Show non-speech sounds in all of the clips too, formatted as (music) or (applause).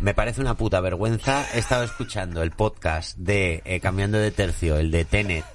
Me parece una puta vergüenza. He estado escuchando el podcast de eh, Cambiando de Tercio, el de Tenet,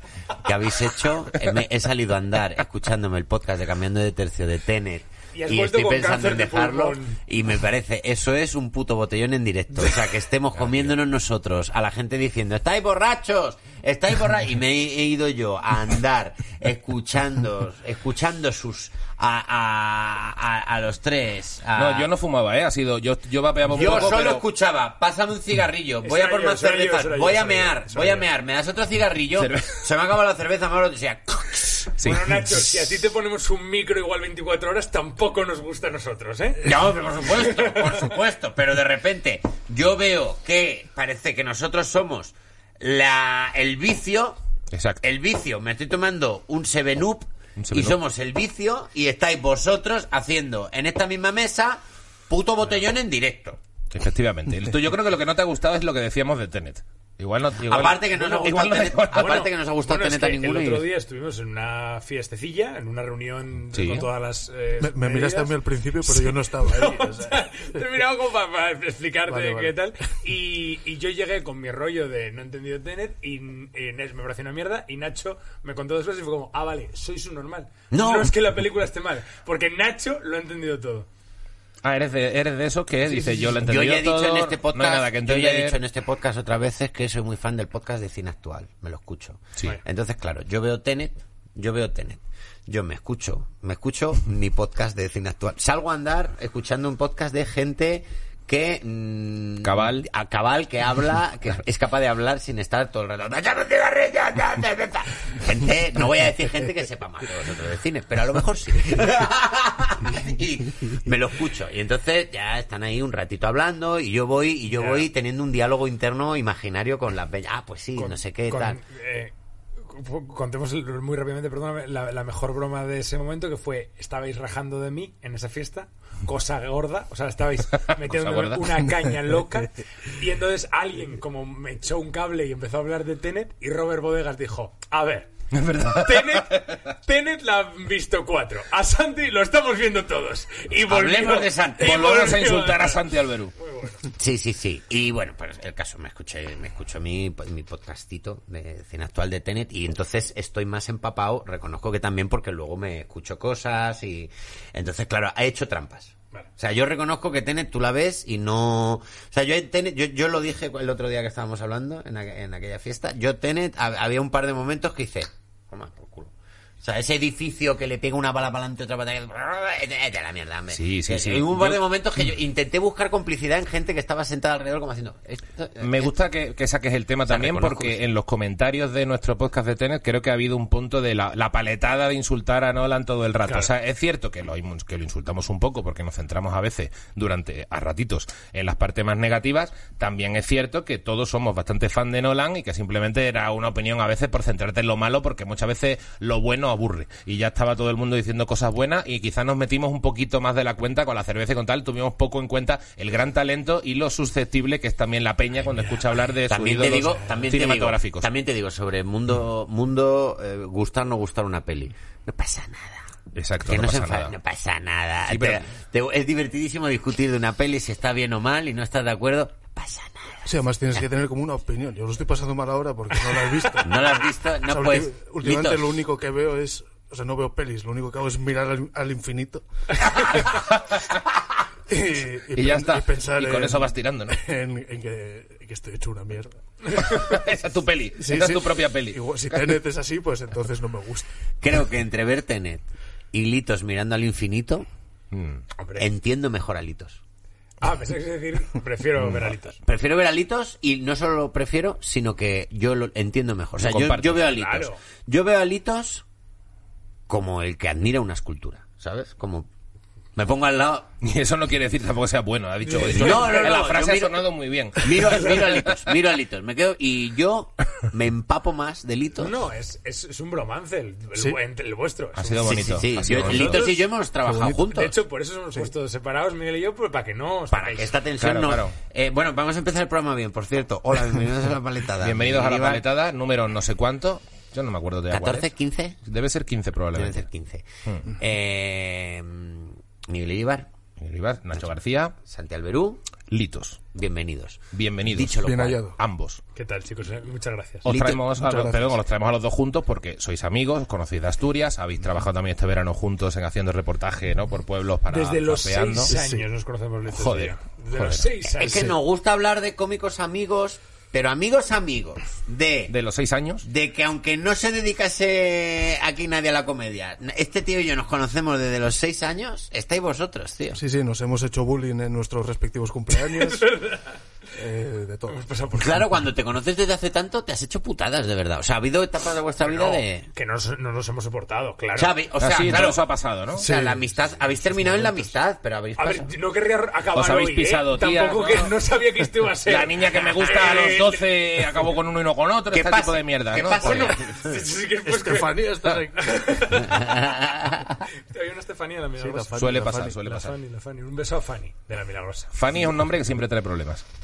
que habéis hecho. Eh, me- he salido a andar escuchándome el podcast de Cambiando de Tercio, de Tenet. Y has Y vuelto estoy con pensando cáncer en de dejarlo. pulmón. Y me parece, eso es un puto botellón en directo. O sea, que estemos comiéndonos nosotros, a la gente diciendo, estáis borrachos, estáis borrachos. Y me he, he ido yo a andar escuchando, escuchando sus... A, a, a- a los tres. a- No, yo no fumaba, ¿eh? Ha sido. Yo, yo vapeaba un Ah. yo poco. solo pero- escuchaba, pásame un cigarrillo, voy a era por yo, más eso era yo, cervezas, eso era yo, voy eso a era yo, mear, eso voy era a yo. mear, me das otro cigarrillo, Cerve- se me acaba la cerveza, me abro- o (laughs) sea, Sí. Bueno, Nacho, (laughs) si a ti te ponemos un micro igual 24 horas, tampoco nos gusta a nosotros, ¿eh? No, pero por supuesto, por supuesto, pero de repente yo veo que parece que nosotros somos la el vicio, Exacto. el vicio, me estoy tomando un 7 up Un 7 y Up. somos el vicio y estáis vosotros haciendo en esta misma mesa puto botellón en directo. Efectivamente. El tuyo- Yo creo que lo que no te ha gustado es lo que decíamos de Tenet. Igual no. igual- Aparte que no nos ha igual gustado no- Tenet. Aparte que nos ha gustado es tener a que ninguno y- El otro día estuvimos en una fiestecilla, en una reunión Sí. con todas las. eh, Me, me miraste a mí al medidas. principio, pero yo no estaba ahí. o sea. (laughs) Te he mirado como para, para explicarte Vale, vale. qué tal. Y, y yo llegué con mi rollo de no he entendido tener y eh, Nes me pareció una mierda y Nacho me contó dos cosas y fue como, ah, vale, soy su normal. No. es que la película esté mal, porque Nacho lo ha entendido todo. Ah, eres de, eres de esos que dice yo lo he Yo entendido ya he dicho todo, en este podcast, no hay nada que yo ya he entender. dicho en este podcast otras veces que soy muy fan del podcast de cine actual, me lo escucho. Sí. Entonces, claro, yo veo Tenet, yo veo Tenet. Yo me escucho, me escucho mi podcast de cine actual. Salgo a andar escuchando un podcast de gente que mm, Cabal. a cabal que habla, que es capaz de hablar sin estar todo el rato. "Échame un cigarrillo, ya, ya, ya, ya". Gente, no voy a decir gente que sepa más que vosotros de cine, pero a lo mejor sí. (laughs) Y me lo escucho. Y entonces ya están ahí un ratito hablando y yo voy y yo voy teniendo un diálogo interno imaginario con las bellas. Ah, pues sí, Con- no sé qué, con, tal. eh, co- contemos el- muy rápidamente, perdóname, la, la mejor broma de ese momento que fue, estabais rajando de mí en esa fiesta, cosa gorda, o sea, estabais (laughs) metiéndome gorda. una caña (laughs) loca y entonces alguien como me echó un cable y empezó a hablar de Tenet y Robert Bodegas dijo, a ver. (laughs) Es verdad. Tenet, Tenet la han visto cuatro. A Santi lo estamos viendo todos. Y volvimos, Hablemos de Santi. y Volvemos a volvimos. insultar a (laughs) Santi Alberú. Sí, sí, sí. Y bueno, pues el caso, me escuché, me escucho mi, pues, mi podcastito de cine actual de Tenet y entonces estoy más empapado, reconozco que también porque luego me escucho cosas y entonces, claro, ha hecho trampas. Vale. O sea, yo reconozco que Tenet tú la ves y no... O sea, yo, en Tenet- yo, yo lo dije el otro día que estábamos hablando en, aqu- en aquella fiesta. Yo Tenet, ha- había un par de momentos que hice... Toma, por culo. O sea, ese edificio que le pega una bala para adelante, otra para atrás... vete a la mierda, hombre. Sí, sí, sí. Y hubo un par de Yo- momentos que yo intenté buscar complicidad en gente que estaba sentada alrededor como haciendo... esto, Me eh, gusta que, que saques el tema sea, también reconozco que sí. porque en los comentarios de nuestro podcast de Tenet creo que ha habido un punto de la, la paletada de insultar a Nolan todo el rato. O sea, es cierto que lo, im- que lo insultamos un poco porque nos centramos a veces durante, a ratitos, en las partes más negativas. También es cierto que todos somos bastante fan de Nolan y que simplemente era una opinión a veces por centrarte en lo malo porque muchas veces lo bueno aburre. Y ya estaba todo el mundo diciendo cosas buenas y quizás nos metimos un poquito más de la cuenta con la cerveza y con tal. Tuvimos poco en cuenta el gran talento y lo susceptible que es también la peña cuando escucha hablar de también sus te ídolos digo también te digo cinematográficos. también te digo sobre mundo mundo eh, gustar no gustar una peli no pasa nada Exacto, que no no, se pasa enfade, nada. no pasa nada Sí, Te- pero- te- es divertidísimo discutir de una peli si está bien o mal y no estás de acuerdo no pasa nada Sí, además tienes que tener como una opinión. Yo lo estoy pasando mal ahora porque no lo has visto. no la has (laughs) visto O sea, no ulti- pues últimamente Litos, lo único que veo es... O sea, no veo pelis, lo único que hago es mirar al, (laughs) al infinito. y, y Y ya pen- está. y pensar Y con en- eso vas tirando, ¿no? En, en que, en que estoy hecho una mierda. (laughs) Esa es tu peli. Sí, Esa sí. es tu propia peli. Igual, si Tenet es así, pues entonces no me gusta. creo que entre ver Tenet y Litos mirando al infinito Mm. Hombre, entiendo mejor a Litos Ah, pensé que ibas a decir, (laughs) prefiero veralitos. Prefiero ver alitos y no solo lo prefiero, sino que yo lo entiendo mejor. O sea, yo, Comparte. yo veo alitos. Claro. Yo veo alitos como el que admira una escultura, ¿sabes? Como me pongo al lado, Y eso no quiere decir tampoco sea bueno, ha dicho. dicho- No, no, no, la yo frase miro- ha sonado muy bien. (laughs) miro, miro alitos, miro alitos, me quedo y yo me empapo más de litos. No, es, es, es un bromance el, el Sí. buen- el vuestro. Ha Es sido Sí, sí, bonito. sí, ha yo- sido bonito. litos y yo hemos trabajado un- juntos. De hecho, por eso nos hemos puesto separados, Miguel y yo, pues, para que no os para peguéis. que esta tensión Claro, no. claro. Eh, bueno, vamos a empezar el programa bien, por cierto. Hola, bienvenidos a la paletada. (laughs) Bienvenidos a la Iribar, paletada, número no sé cuánto. Yo no me acuerdo de ¿eh? 14, 15. Debe ser 15 Deben probablemente. ser 15. Hmm. Eh, Miguel Ibar, Miguel Ibar, Nacho García, Santi Alberú, Litos. bienvenidos. Bienvenidos. Dicho lo Bien cual, hallado. Ambos. ¿Qué tal, chicos? Eh, Muchas gracias. Os Lito- traemos, a Muchas los, gracias. perdón, os traemos a los dos juntos porque sois amigos, conocéis de Asturias, habéis trabajado también este verano juntos en haciendo reportaje, ¿no? Por pueblos para Desde los paseando. seis años Sí, sí. nos conocemos, Litos. Joder, tío. Desde joder. los seis años. Es que nos gusta hablar de cómicos amigos, pero amigos amigos. De, De los seis años. de que aunque no se dedicase aquí nadie a la comedia, este tío y yo nos conocemos desde los 6 años, estáis vosotros, tío. Sí, sí, nos hemos hecho bullying en nuestros (laughs) respectivos cumpleaños. eh, de todo. Hemos pasado por- Claro, cuando te conoces desde hace tanto, te has hecho putadas, de verdad. O sea, ha habido etapas de vuestra vida No, de... Que no, nos- no nos hemos soportado, claro. O sea, habe- o sea, Así, claro, todo eso ha pasado, ¿no? o sea, la amistad, habéis terminado en la amistad, pero habéis A pasado- ver, no querría acabar Os habéis hoy, ¿eh? pisado, tía, Tampoco ¿no? que no sabía que esto iba a ser. Eh, La niña que me gusta a los 12 acabó con uno y no con otro, ¿Qué este pasa? tipo de mierda, ¿Qué ¿no? pasa? Porque- Sí, que después que- (laughs) (laughs) Estefanía está ahí. Había una Estefanía en la Sí, la milagrosa. Fanny, Suele la pasar, Fanny. suele la pasar. Fanny, la Fanny. Un beso a Fanny de la milagrosa. Fanny es un nombre que siempre trae problemas. (laughs)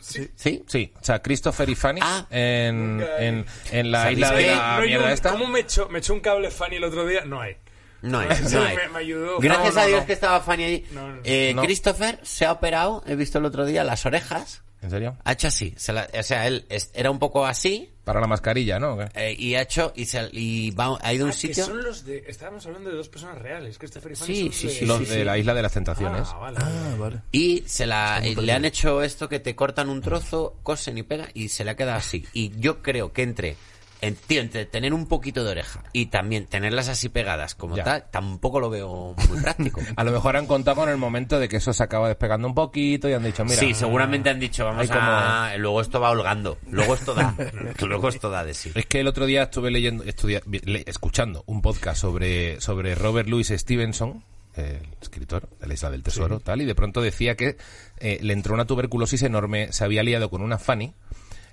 ¿Sí? Sí, o sea, Christopher y Fanny Ah. en, en, en la ¿Sabéis isla de qué? la No hay mierda un- esta. ¿Cómo me echó, me echó un cable Fanny el otro día? No hay. (laughs) No es, Sí, no es. me- me ayudó. Gracias No, no, a Dios no. que estaba Fanny allí. No, no, no. Eh, No. Christopher se ha operado, he visto el otro día, las orejas. ¿En serio? Ha hecho así. se la- o sea, él es- era un poco así Para la mascarilla, ¿no? ¿O qué? eh, y ha hecho y, se- y va- ha ido a un Ah, sitio. Que son los de. Estábamos hablando de dos personas reales. Christopher y Fanny. Sí, son sí, de- sí, Los sí, de sí. la isla de las tentaciones. Ah, vale. Ah, vale. Y se la, y le han hecho esto que te cortan un trozo, cosen y pegan y se le ha quedado así. Y yo creo que entre, en- tío, entre tener un poquito de oreja y también tenerlas así pegadas como Ya. tal, tampoco lo veo muy (laughs) práctico. A lo mejor han contado con el momento de que eso se acaba despegando un poquito y han dicho, mira, sí, seguramente han dicho, vamos Hay como- a... Luego esto va holgando, luego esto (laughs) da, luego esto da de sí. Es que el otro día estuve leyendo, estudia- le- escuchando un podcast sobre, sobre Robert Louis Stevenson, el escritor de la Isla del Tesoro, tal, y de pronto decía que eh, le entró una tuberculosis enorme, se había liado con una Fanny.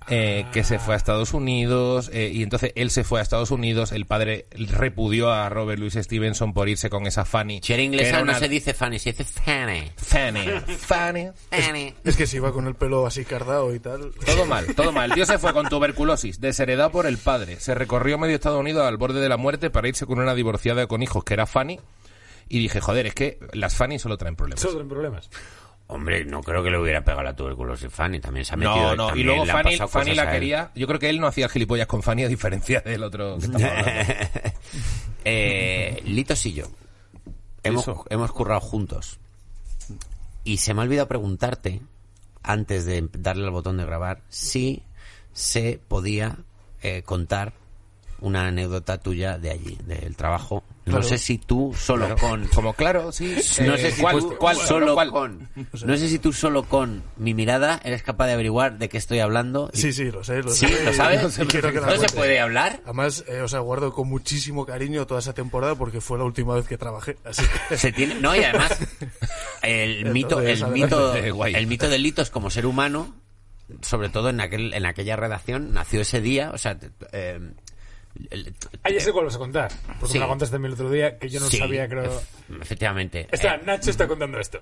eh, Ah. que se fue a Estados Unidos eh, y entonces él se fue a Estados Unidos el padre repudió a Robert Louis Stevenson por irse con esa Fanny Si era que inglesa era no una se dice Fanny, se dice Fanny. Fanny Fanny Fanny. Es que si iba con el pelo así cardado y tal. Todo mal, todo mal. El tío se fue con tuberculosis, desheredado por el padre. Se recorrió medio Estados Unidos al borde de la muerte para irse con una divorciada con hijos, que era Fanny. Y dije, joder, es que las Fanny solo traen problemas. Eso en problemas. Hombre, no creo que le hubiera pegado la tuberculosis Fanny, también se ha metido... No, no, y también luego le han Fanny, pasado Fanny cosas la a él. quería. Yo creo que él no hacía gilipollas con Fanny, a diferencia (laughs) del otro que estamos hablando. eh, Litos y yo hemos, Eso. hemos currado juntos. Y se me ha olvidado preguntarte, antes de darle al botón de grabar, si se podía eh, contar una anécdota tuya de allí, del trabajo. No Claro. sé si tú solo con... Como claro, sí. No eh, sé si ¿cuál- tú cuál- solo cuál? (laughs) con... No sé si tú solo con mi mirada eres capaz de averiguar de qué estoy hablando. y- Sí, sí, lo sé, lo Sí, sé. ¿lo (laughs) sabes? (laughs) Y quiero que la ¿No se cuente. puede hablar? Además, eh, o sea, guardo con muchísimo cariño toda esa temporada porque fue la última vez que trabajé. Así (laughs) que... (laughs) se tiene no y además el mito el adelante. mito Eh, guay. el mito de Litos como ser humano sobre todo en aquel en aquella redacción nació ese día o sea t- eh, el- Ah, ya sé cuál vas a contar. Sí. Porque me la contaste también el otro día que yo no sí, sabía, creo. ef- efectivamente Está, Eh, Nacho está (laughs) contando esto.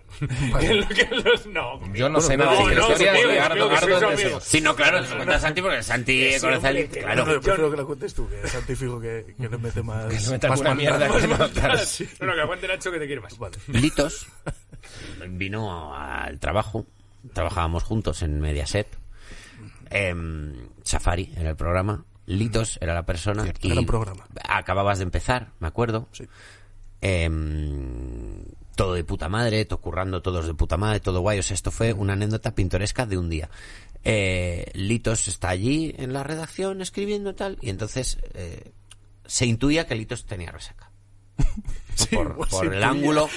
Que lo- que los- no, Yo no sé no, nada de no, historia conmigo, y conmigo, Ardo- que sois Ardo amigos. deseos. Sí, no, claro, se lo cuenta a Santi porque Santi Sí, conoce al hombre, Litos, No, no, Claro. yo prefiero que la cuentes tú, que Santi Fijo que, que le mete más... Que le meta más alguna maldad. mierda que no, claro. Bueno, que aguante Nacho que te quiere más. Vale. Litos vino al trabajo, trabajábamos juntos en Mediaset, em, Safari era el programa, Litos era la persona Cierto, y gran programa. acababas de empezar, me acuerdo. Sí. Em, todo de puta madre, todo currando, todos de puta madre, todo guay. O sea, esto fue una anécdota pintoresca de un día. Eh, Litos está allí en (laughs) la redacción escribiendo tal, y entonces eh, se intuía que Litos tenía resaca. Sí, por, pues por sí, el tú ángulo.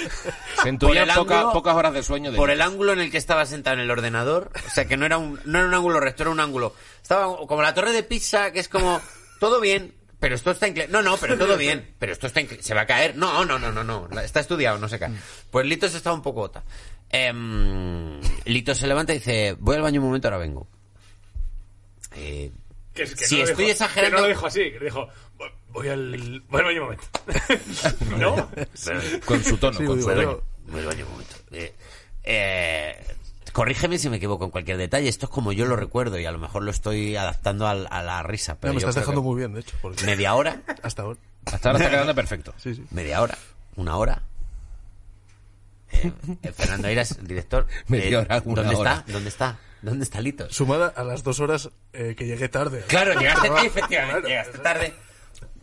Centurión, Por el poca- ángulo- pocas horas de sueño. De Por el ángulo en el que estaba sentado en el ordenador. O sea, que no era un, no era un ángulo recto, era un ángulo. Estaba como la torre de pizza, que es como, todo bien, pero esto está inclinado. No, no, pero todo bien, pero esto está inclinado. Se va a caer. No, no, no, no, no. Está estudiado, no se cae. Pues Litos estaba un poco ota. Em, Litos se levanta y dice, voy al baño un momento, ahora vengo. Eh, Que es- que Si no lo estoy dijo- exagerando- que no lo dijo así, que dijo, "Voy- voy al voy al baño un (laughs) momento. ¿No? Con su tono, Sí, con su digo, tono. yo- Voy al baño un momento. Eh, eh, corrígeme si me equivoco en cualquier detalle. Esto es como yo lo recuerdo y a lo mejor lo estoy adaptando al- a, la risa. Pero No, me yo estás creo dejando que muy bien, de hecho. Porque Media hora, Hasta ahora. (laughs) Hasta ahora está quedando perfecto. (laughs) Sí, sí. media hora, una hora. Eh, eh, Fernando Iras, director. (laughs) eh, Media hora, una ¿Dónde hora. está? ¿Dónde está? ¿Dónde está Litos? Sumada a las dos horas eh, que llegué tarde. (laughs) Claro, llegaste tarde, Claro, efectivamente, claro. llegaste tarde.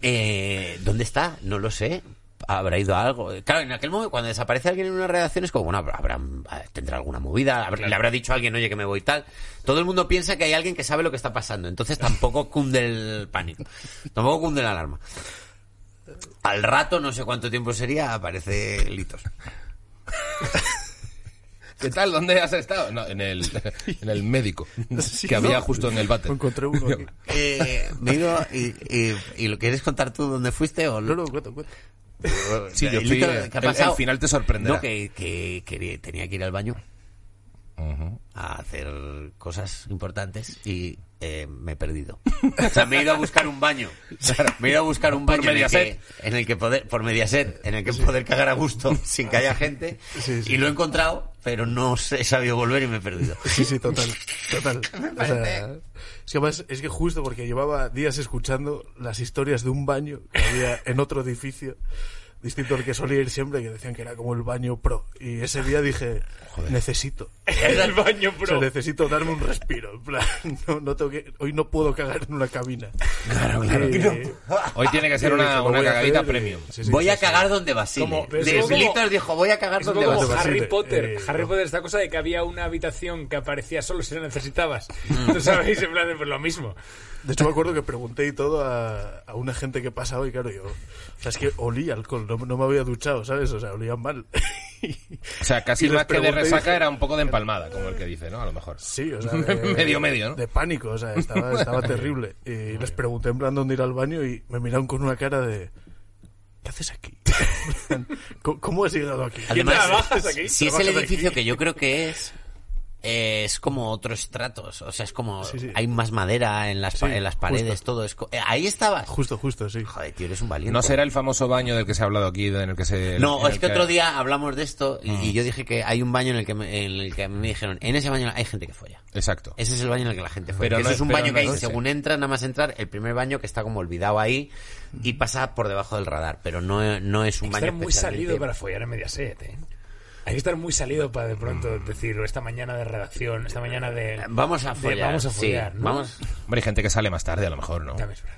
Eh, ¿Dónde está? No lo sé. ¿Habrá ido a algo? Claro, en aquel momento, cuando desaparece alguien en una redacción, es como, bueno, habrán, tendrá alguna movida, habrá- le habrá dicho a alguien, oye, que me voy tal. Todo el mundo piensa que hay alguien que sabe lo que está pasando, entonces tampoco cunde el pánico, tampoco cunde la alarma. Al rato, no sé cuánto tiempo sería, aparece Litos. ¿Qué tal? ¿Dónde has estado? No, en (laughs) el, en el médico, Sí, que había ¿no? justo en el váter. Encontré uno (laughs) aquí. Eh, me he ido y, y- y lo quieres contar tú dónde fuiste o No, no, cuento, cuento. Sí, yo El fui- Lito, el- ¿qué ha el pasado? final te sorprenderá. No, que, que quería- tenía que ir al baño a hacer cosas importantes y eh, me he perdido. O sea, me he ido a buscar un baño. Me he ido a buscar un baño en el, que, Mediaset. en el que poder, por Mediaset, en el que poder cagar a gusto sin que haya gente. Sí, sí. Y lo he encontrado, pero no sé- he sabido volver y me he perdido. Sí, sí, total, total. O sea, es que además, es que justo porque llevaba días escuchando las historias de un baño que había en otro edificio, distinto al que solía ir siempre, que decían que era como el baño pro. Y ese día dije, necesito. (laughs) El baño, O sea, bro. necesito darme un respiro. En plan, (laughs) no, no tengo que- hoy no puedo cagar en una cabina. Claro, claro. Ah, Y- Hoy tiene que (laughs) ser y una, dije, lo una voy a cagadita hacer y- premium. sí, sí, voy sí, a sí. cagar donde Basile. Como- De- es como- Litos dijo, voy a cagar Es donde como Basile. Basile, Harry Potter. eh, Harry no. Potter, esta cosa de que había una habitación que aparecía solo si la necesitabas. Mm. ¿Tú sabéis? En plan, de, pues lo mismo. De hecho, me acuerdo que pregunté y todo a, a una gente que pasaba y claro, yo... O sea, es que olía alcohol, no, no me había duchado, ¿sabes? O sea, olía mal. (laughs) O sea, casi Y les más que de pregunté y resaca dije- era un poco de empalmada, como el que dice, ¿no? A lo mejor. Sí, o sea, (laughs) Medio, medio, ¿no? De pánico, o sea, estaba, estaba terrible. Y les pregunté en plan dónde ir al baño y me miraron con una cara de... ¿Qué haces aquí? (laughs) ¿Cómo, cómo has llegado aquí? Además, trabajas aquí? Si es el ¿Trabajas edificio aquí? que yo creo que es, eh, es como otros estratos. O sea, es como Sí, sí. hay más madera en las, pa- Sí, en las justo. paredes, todo. Es co- eh, ahí estabas. Justo, justo, sí. Joder, tío, eres un valiente. No será el famoso baño del que se ha hablado aquí, en el que Mm. se... No, en es el que otro día hablamos de esto y, y yo dije que hay un baño en el que me, en el que me dijeron, en ese baño hay gente que folla. Exacto. Ese es el baño en el que la gente fue. Pero Eso no- es un pero baño no que hay, es ese. según entras, nada más entrar, el primer baño que está como olvidado ahí y pasa por debajo del radar, pero no, no es un Hay baño que estar Mm. muy especialmente- salido para follar en Mediaset, ¿eh? Hay que estar muy salido para de pronto decir esta mañana de redacción, esta mañana de... Mm. Eh, Vamos a de follar. vamos a sí, follar, ¿no? Vamos. Hombre, hay gente que sale más tarde, a lo mejor, ¿no? Dame, espera.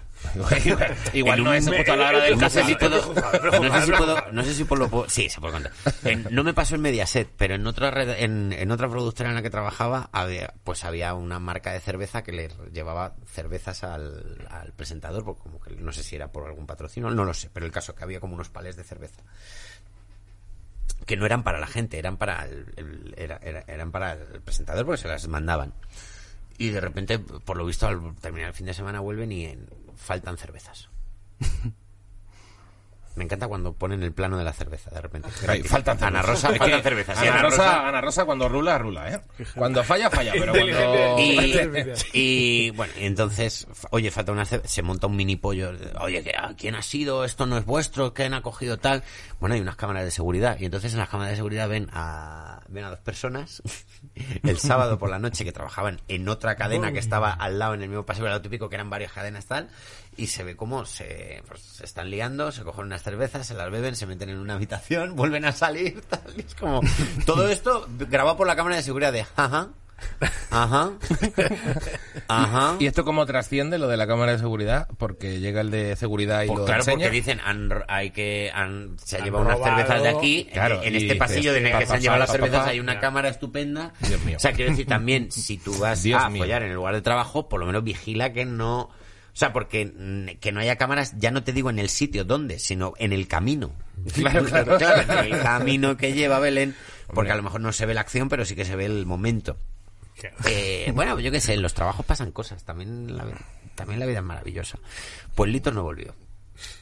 (laughs) Igual En no un es me- justo a la hora del No sé si cafecito. puedo. No sé si puedo. No sé si por lo puedo. Sí, se puede contar. En- no me pasó en Mediaset, pero en otra red- en, en otra productora en la que trabajaba, había, pues había una marca de cerveza que le llevaba cervezas al, al presentador, porque como que no sé si era por algún patrocinio, no lo sé, pero el caso es que había como unos palés de cerveza que no eran para la gente, eran para el, el- era- era- eran para el presentador porque se las mandaban. Y de repente, por lo visto, al terminar el fin de semana vuelven y en- faltan (laughs) cervezas. Me encanta cuando ponen el plano de la cerveza, de repente. Ay, faltan Ana cervezas. Rosa, Es que faltan cervezas. Y Ana Rosa, Ana Rosa cuando rula, rula, ¿eh? Cuando falla, (laughs) falla, pero cuando... y, y, bueno, y entonces, fa- oye, falta una ce- se monta un mini pollo. Oye, ¿qué- a ¿quién ha sido? Esto no es vuestro, ¿quién ha cogido tal? Bueno, hay unas cámaras de seguridad. Y entonces en las cámaras de seguridad ven a, ven a dos personas (laughs) el sábado por la noche que trabajaban en otra cadena que estaba al lado en el mismo paseo, era lo típico que eran varias cadenas tal. Y se ve cómo se, pues, se están liando, se cogen unas cervezas, se las beben, se meten en una habitación, (laughs) vuelven a salir. Tal, y es como todo esto grabado por la cámara de seguridad de ajá, Ajá. Ajá. Uh-huh. ¿Y esto cómo trasciende lo de la cámara de seguridad? Porque llega el de seguridad y Pues lo claro, enseña. porque dicen, han r- hay que, han- se ha Han llevado unas robado. cervezas de aquí, Claro, en y este dices, pasillo en el pa, que se pa, han llevado pa, las pa, cervezas pa. hay una cámara estupenda. Dios mío. (laughs) O sea, quiero decir también, si tú vas Dios a mío. follar en el lugar de trabajo, por lo menos vigila que no... O sea, porque mm, que no haya cámaras, ya no te digo en el sitio dónde, sino en el camino. (laughs) Claro, (laughs) claro. en el camino que lleva Belén, porque a lo mejor no se ve la acción, pero sí que se ve el momento. Eh, bueno, yo qué sé, en los trabajos pasan cosas, también la, también la vida es maravillosa. Pues Litos no volvió.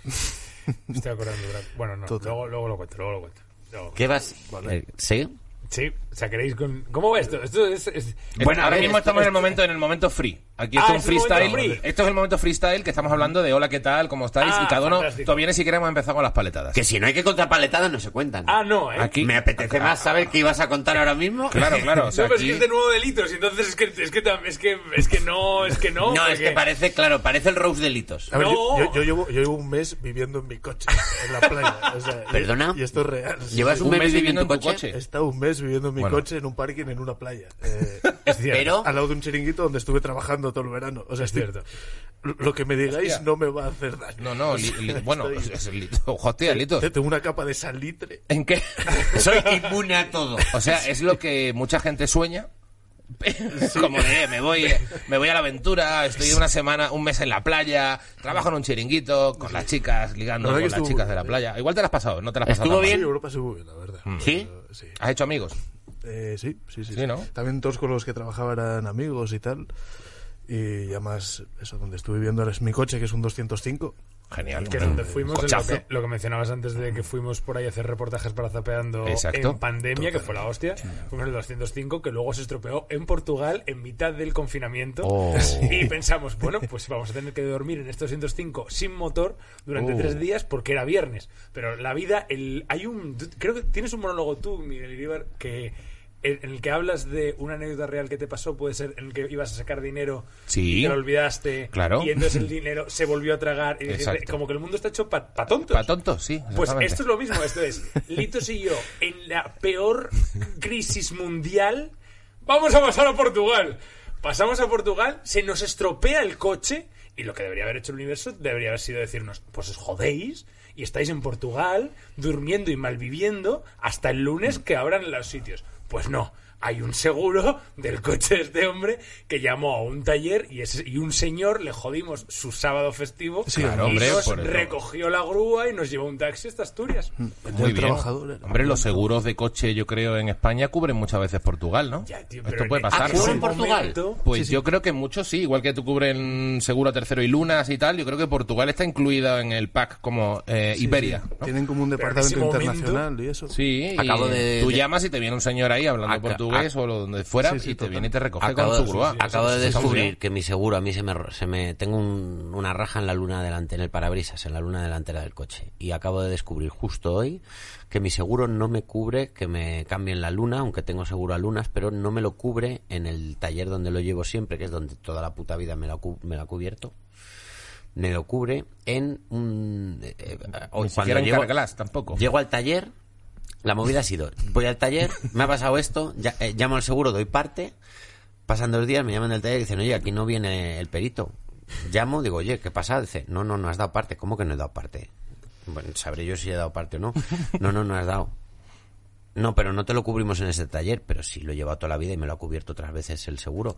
Me Estoy acordando, Brad. Bueno, no, luego, luego lo cuento, luego lo cuento. Luego- ¿Qué vas? Eh, ¿Sí? Sí, o sea, queréis con... ¿Cómo va esto? Esto es... es- Bueno, Eh, a ahora ver, mismo esto- estamos en el momento en el momento free. Aquí Ah, esto es un es el momento freestyle. free. Esto es el momento freestyle que estamos hablando de hola, ¿qué tal? ¿Cómo estáis? Ah, y cada uno, fantástico. todavía ni siquiera hemos empezado con las paletadas. Que si no hay que contar paletadas no se cuentan. Ah, no, ¿eh? Aquí- Me apetece más saber qué ibas a contar ahora mismo. Claro, (laughs) claro. o sea, no, pero aquí- es que es de nuevo delitos, y entonces es que, es que, tam- es que, es que no, es que (laughs) no. No, es porque- que parece, claro, parece el Rose Delitos. A ver, No. yo, yo- yo llevo, yo llevo un mes viviendo en mi coche, en la playa. o sea, y- ¿Perdona? Y, esto es real. sí, Llevas sí. un mes viviendo en tu coche, He estado un mes viviendo en mi Bueno. coche, en un parking, en una (laughs) playa. eh, pero al lado de un chiringuito donde estuve trabajando todo el verano. O sea, es cierto. Lo que me digáis Hostia. no me va a hacer daño. (laughs) No, no, li- li- bueno, Estoy- es- es li- hostia, Litos. Tengo una capa de salitre. ¿En qué? (laughs) soy inmune a todo. O sea, es lo que mucha gente sueña. (laughs) Como de, eh, me voy, me voy a la aventura, estoy una semana, un mes en la playa, trabajo en un chiringuito, con las chicas, ligando La con verdad que las estuvo chicas muy de la bien, playa. Igual te las has pasado, no te las has pasado. ¿Estuvo tan Sí, bien? Europa se mueve, la verdad. Mm. ¿Sí? Pero, sí. mal. ¿Has hecho amigos? Eh, sí, sí, Sí, sí, sí. ¿no? También todos con los que trabajaba eran amigos y tal. Y además, eso, donde estuve viviendo ahora es mi coche, que es un 205. Genial. Que hombre. donde fuimos, en lo Cochazo. que, lo que mencionabas antes de que fuimos por ahí a hacer reportajes para Zapeando Exacto. en pandemia, que fue la hostia, fuimos en el 205, que luego se estropeó en Portugal en mitad del confinamiento. Oh. (laughs) Y pensamos, bueno, pues vamos a tener que dormir en este 205 sin motor durante Uh. tres días porque era viernes. Pero la vida, el, hay un. Creo que tienes un monólogo tú, Miguel Iribar, que. En en el que hablas de una anécdota real que te pasó, puede ser en el que ibas a sacar dinero Sí. y te lo olvidaste. Claro. Y entonces el dinero se volvió a tragar. Y dijiste, Exacto. como que el mundo está hecho para tontos. Pa' tontos, sí. Pues exactamente. esto es lo mismo, esto es, Litos y yo, en la peor crisis mundial, vamos a pasar a Portugal. Pasamos a Portugal, se nos estropea el coche y lo que debería haber hecho el universo debería haber sido decirnos, pues os jodéis y estáis en Portugal durmiendo y malviviendo hasta el lunes que abran los sitios. Pues no. Hay un seguro del coche de este hombre que llamó a un taller y, ese- y un señor le jodimos su sábado festivo Sí, y claro, hombre, nos por eso. recogió la grúa y nos llevó un taxi hasta Asturias. Hmm. Muy el bien. trabajador era. Hombre, los seguros de coche, yo creo, en España cubren muchas veces Portugal, ¿no? Ya, tío, pero esto puede en- pasar. ¿Ah, ¿no? cubre ese Portugal? momento- Pues yo creo que muchos sí, igual que tú cubren seguro a tercero y lunas y tal, yo creo que Portugal está incluida en el pack como eh, Sí, Iberia. sí. ¿no? Tienen como un Pero en ese departamento internacional y eso. Sí, y Acabo de- tú de- llamas y te viene un señor ahí hablando Aca- portugués o lo donde fuera Sí, sí, y te total. viene y te recoge Acabo, con su grúa. acabo de Eso está muy bien. descubrir que mi seguro a mí se me, ro- se me tengo un- una raja en la luna delantera, en el parabrisas, en la luna delantera del coche. Y acabo de descubrir justo hoy que mi seguro no me cubre que me cambien la luna, aunque tengo seguro a lunas, pero no me lo cubre en el taller donde lo llevo siempre, que es donde toda la puta vida me lo, ha cu- me lo ha cubierto. Me lo cubre en un... eh, eh, Ni siquiera en Carglass tampoco. Llego al taller, la movida ha sido, voy al taller, me ha pasado esto, ya- eh, llamo al seguro, doy parte, pasan dos días, me llaman del taller y dicen, oye, aquí no viene el perito. Llamo, digo, oye, ¿qué pasa? Dice, no, no, no has dado parte. ¿Cómo que no he dado parte? Bueno, sabré yo si he dado parte o no. No, no, no has dado. No, pero no te lo cubrimos en ese taller, pero sí lo he llevado toda la vida y me lo ha cubierto otras veces el seguro.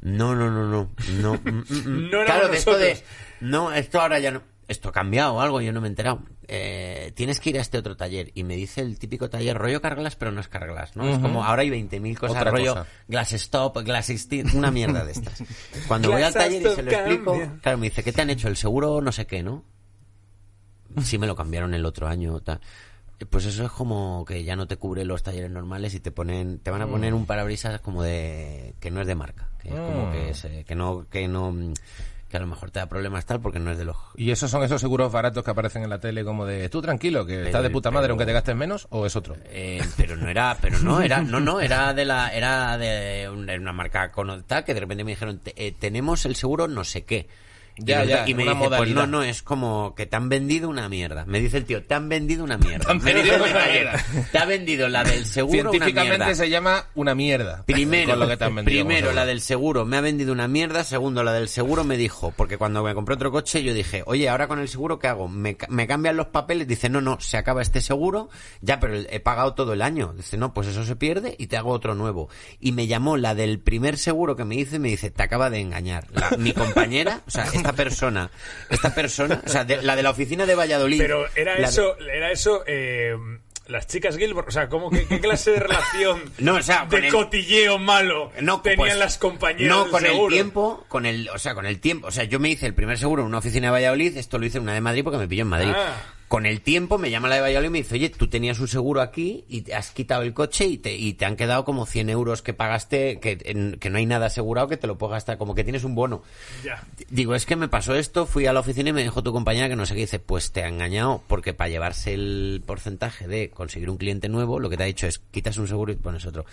No, no, no, no. No, mm, mm, mm. (laughs) No éramos claro, de esto de. nosotros. No, esto ahora ya no. Esto ha cambiado o algo, yo no me he enterado. Eh, tienes que ir a este otro taller. Y me dice el típico taller, rollo carglass, pero no es carglass, ¿no? Es como ahora hay 20.000 cosas, Otra rollo cosa. glass stop, glass steam, una mierda de (laughs) estas. Cuando voy al Glass taller y se lo stop explico, cambia. claro, me dice, ¿qué te han hecho? El seguro, no sé qué, ¿no? sí me lo cambiaron el otro año. tal. Pues eso es como que ya no te cubre los talleres normales y te ponen, te van a poner un parabrisas como de que no es de marca, que es como que, es, eh, que no, que no, mm, que a lo mejor te da problemas tal porque no es de los. ¿Y esos son esos seguros baratos que aparecen en la tele como de tú tranquilo, que estás de puta madre pero- aunque te gastes menos o es otro? Eh, pero no era, pero no era, no no era de la, era de una, una marca con tal que de repente me dijeron "Te- eh, tenemos el seguro no sé qué. Y Ya, resulta- ya, y me una dice, pues modalidad. no, no, es como que te han vendido una mierda. Me dice el tío, te han vendido una mierda. han Me dice vendido el una taller, mierda. Te ha vendido la del seguro una mierda. Científicamente se llama una mierda. (laughs) Primero, Con lo que te han vendido como primero seguro. la del seguro me ha vendido una mierda. Segundo, la del seguro me dijo, porque cuando me compré otro coche yo dije, oye, ahora con el seguro, ¿qué hago? ¿Me, ca- me cambian los papeles? Dice, no, no, se acaba este seguro, ya, pero he pagado todo el año. Dice, no, pues eso se pierde y te hago otro nuevo. Y me llamó la del primer seguro que me hizo y me dice, te acaba de engañar. La- mi compañera, o sea, esta esta persona, esta persona, o sea, de- la de la oficina de Valladolid. Pero era la de- eso, era eso. eh, las chicas Gilmore, o sea, ¿cómo, qué, qué clase de relación (laughs) No, o sea, con de el- cotilleo malo no, tenían pues, las compañeras no del con seguro? el tiempo con el o sea con el tiempo o sea yo me hice el primer seguro en una oficina de Valladolid esto lo hice en una de Madrid porque me pilló en Madrid Ah. con el tiempo me llama la de Valladolid y me dice oye tú tenías un seguro aquí y te has quitado el coche y te, y te han quedado como 100 euros que pagaste que, en- que no hay nada asegurado que te lo puedes gastar como que tienes un bono Ya. Digo, es que me pasó esto, fui a la oficina y me dijo tu compañera que no sé qué. Dice, pues te ha engañado, porque para llevarse el porcentaje de conseguir un cliente nuevo, lo que te ha dicho es quitas un seguro y pones otro.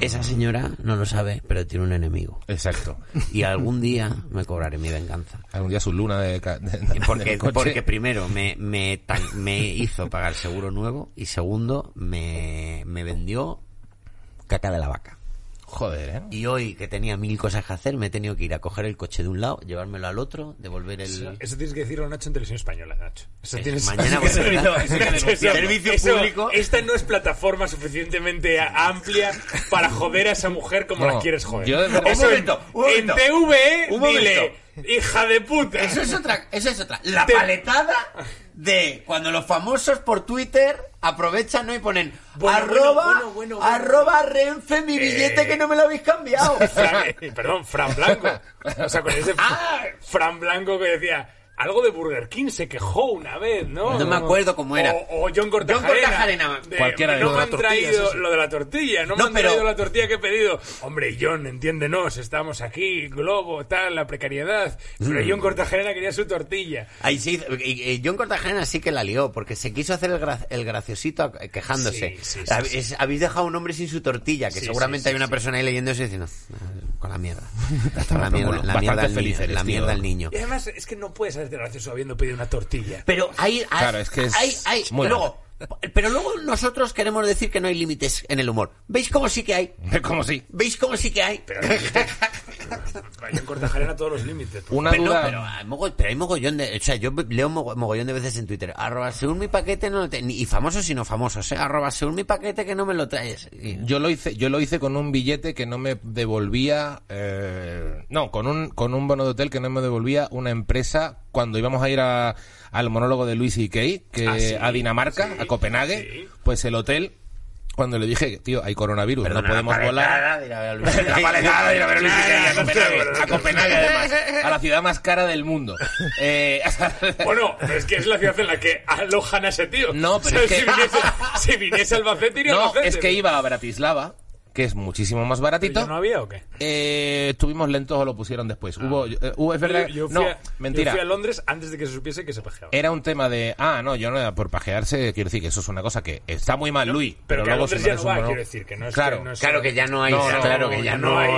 Esa señora no lo sabe, pero tiene un enemigo. Exacto. Y algún día me cobraré mi venganza. Algún día su luna de, ca- (laughs) de- de- Porque, (laughs) del coche. porque primero me, me, tan- me hizo pagar seguro nuevo y segundo me, me vendió caca de la vaca. Joder, ¿eh? (laughs) Y hoy que tenía mil cosas que hacer, me he tenido que ir a coger el coche de un lado, llevármelo al otro, devolver el... Eso tienes que decirlo, Nacho, en televisión española, Nacho. Eso Eh, tienes mañana voy a hacer- eso hay que Nacho, denunciarlo. eso- Servicio eso- público. Esta no es plataforma suficientemente a- amplia para joder a esa mujer como No, la quieres joder. yo de verdad- Eso Un en- momento, un momento. En TVE, Un momento. dile, hija de puta. Eso es otra, eso es otra. La Te- paletada de cuando los famosos por Twitter aprovechan ¿no? y ponen Bueno, arroba, bueno, bueno, bueno, bueno. arroba Renfe mi billete que no me lo habéis cambiado. Fran- eh, perdón, Fran Blanco. O sea, con ese Ah. Fran Blanco que decía algo de Burger King se quejó una vez, ¿no? No me acuerdo cómo era. O, o John Cortajarena. John Cortajarena. De, Cualquiera de no los me de han la tortilla, traído sí, sí. lo de la tortilla, no, No, me han pero- traído la tortilla que he pedido. Hombre, John, entiéndenos, estamos aquí, globo, tal, la precariedad. Pero Mm. John Cortajarena quería su tortilla. (laughs) Ahí sí, y- y John Cortajarena sí que la lió, porque se quiso hacer el, gra- el graciosito eh, quejándose. Sí, sí, sí, Hab- sí. es- Habéis dejado a un hombre sin su tortilla, que Sí, seguramente sí, sí, hay una sí. persona ahí leyendo eso y diciendo, "Ah, con la (laughs) mierda. Con la bastante mierda, la mierda al niño. feliz eres, La tío. mierda al niño. Y además es que no puedes hacerte gracioso habiendo pedido una tortilla. Pero hay, hay- Claro, es que es hay- hay- muy luego, pero luego nosotros queremos decir que no hay límites en el humor. ¿Veis cómo sí que hay? Es como si. ¿Veis cómo sí que hay? Pero, (laughs) Para John Cortajarena todos los límites. Una pero, duda. pero hay mogo- pero hay mogollón de... O sea, yo leo mogo- mogollón de veces en Twitter. Arroba, según mi paquete, no lo te- ni- Y famosos y no famosos, ¿eh? Arroba, según mi paquete que no me lo traes. Y- Yo lo hice, yo lo hice con un billete que no me devolvía, eh, no, con un, con un bono de hotel que no me devolvía una empresa cuando íbamos a ir a- al monólogo de Luis y que Ah, sí, a Dinamarca, sí, a Copenhague, sí. pues el hotel, cuando le dije, tío, hay coronavirus, Perdona, no podemos la volar. paletada de ir a ver a Luis Miguel. (laughs) La paletada de ir a ver a Luis y Kay, a No, no, Copenhague, no, no, no. a Copenhague además, a la ciudad más cara del mundo. Eh, (laughs) Bueno, pero es que es la ciudad en la que alojan a ese tío. No, pero es si que- viniese, si viniese Albacete, iría a no, Albacete. es que iba a Bratislava, que es muchísimo más baratito. ¿Ya no había o qué? Eh, estuvimos lentos o lo pusieron después. Hubo, eh, hubo- es verdad. Ah. Yo- yo fui no, a- Yo mentira. Eh. fui a Londres antes de que se supiese que se pajeaba. Era un tema de. Ah, no, yo no era por pajearse. Quiero decir que eso es una cosa que está muy mal, Luis. pero Pero, que a luego Londres si ya eres no va, un mono- quiero decir, que no es- Claro, que no es- Claro que ya no hay, No, no, claro que ya no no, hay-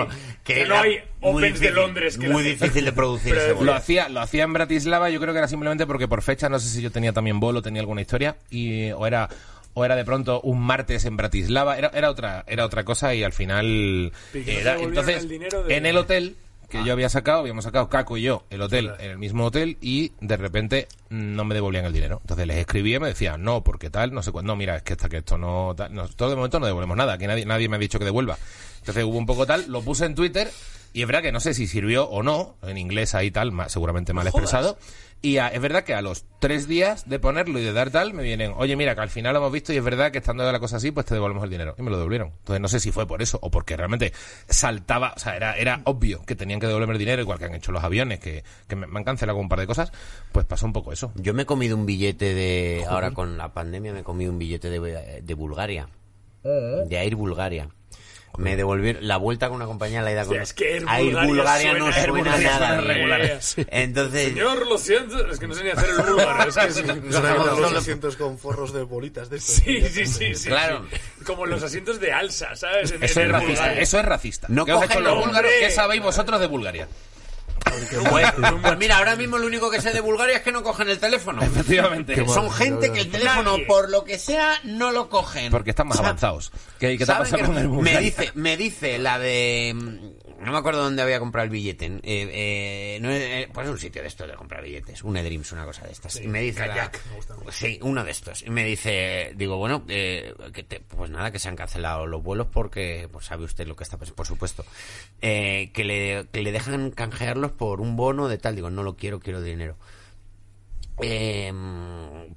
que ya no era hay muy Opens de difícil- Londres que muy la- difícil de producir. Pero- seguro. Lo hacía, lo hacía en Bratislava, yo creo que era simplemente porque por fecha, no sé si yo tenía también bolo, tenía alguna historia, y eh, o era o era de pronto un martes en Bratislava, era, era otra, era otra cosa y al final Y que no era- se devolvieron entonces el dinero de- en el hotel que yo había sacado, habíamos sacado Caco y yo el hotel en el mismo hotel y de repente mm, no me devolvían el dinero. Entonces les escribí y me decían, "No, porque tal, no sé cuándo, no, mira, es que hasta que esto no, tal, no, todo de momento no devolvemos nada, que nadie nadie me ha dicho que devuelva." Entonces hubo un poco tal, lo puse en Twitter y es verdad que no sé si sirvió o no, en inglés ahí tal, ma- seguramente mal expresado. Y a- es verdad que a los tres días de ponerlo y de dar tal, me vienen, oye, mira, que al final lo hemos visto y es verdad que estando la cosa así, pues te devolvemos el dinero. Y me lo devolvieron. Entonces no sé si fue por eso o porque realmente saltaba, o sea, era, era obvio que tenían que devolverme el dinero, igual que han hecho los aviones, que, que me, me han cancelado con un par de cosas, pues pasó un poco eso. Yo me he comido un billete de. Ahora con la pandemia me he comido un billete de, de Bulgaria. Eh, De Air Bulgaria. Me devolvieron la vuelta con una compañía, la ida con. Hostia, es que Air Air Bulgaria Bulgaria no suena- Air suena Bulgaria nada suena bien. regular. Sí. Entonces. Señor, lo siento, es que no sé ni hacer el (laughs) búlgaro. Es que es- Es una mierda, no, los no. asientos con forros de bolitas de estos. ¿eh? sí, sí, sí, sí. Claro. sí. Como los asientos de alza, ¿sabes? En- en Eso es el racista, Bulgaria. eso es racista. No ¿Qué os ha cogen hecho los nombre. búlgaros? ¿Qué sabéis vosotros (laughs) de Bulgaria? Pues, pues mira, ahora mismo lo único que sé de Bulgaria es que no cogen el (laughs) teléfono. Efectivamente. Son bueno, gente la que el teléfono, Nadie. por lo que sea, no lo cogen. (laughs) Porque están más O sea, avanzados. ¿Qué, qué te ha ¿Saben pasado que con el me Bulgaria? dice me dice la de mm, no me acuerdo dónde había comprado el billete. eh, eh, no, eh, pues un sitio de estos de comprar billetes, un E-Dreams, una cosa de estas. y me dice. la- Kayak, me gusta mucho. sí, uno de estos. Y me dice, digo, bueno, eh, que te- pues nada, que se han cancelado los vuelos porque, pues sabe usted lo que está pasando, por supuesto. Eh, que, le, que le dejan canjearlos por un bono de tal. Digo, no lo quiero, quiero dinero. Eh,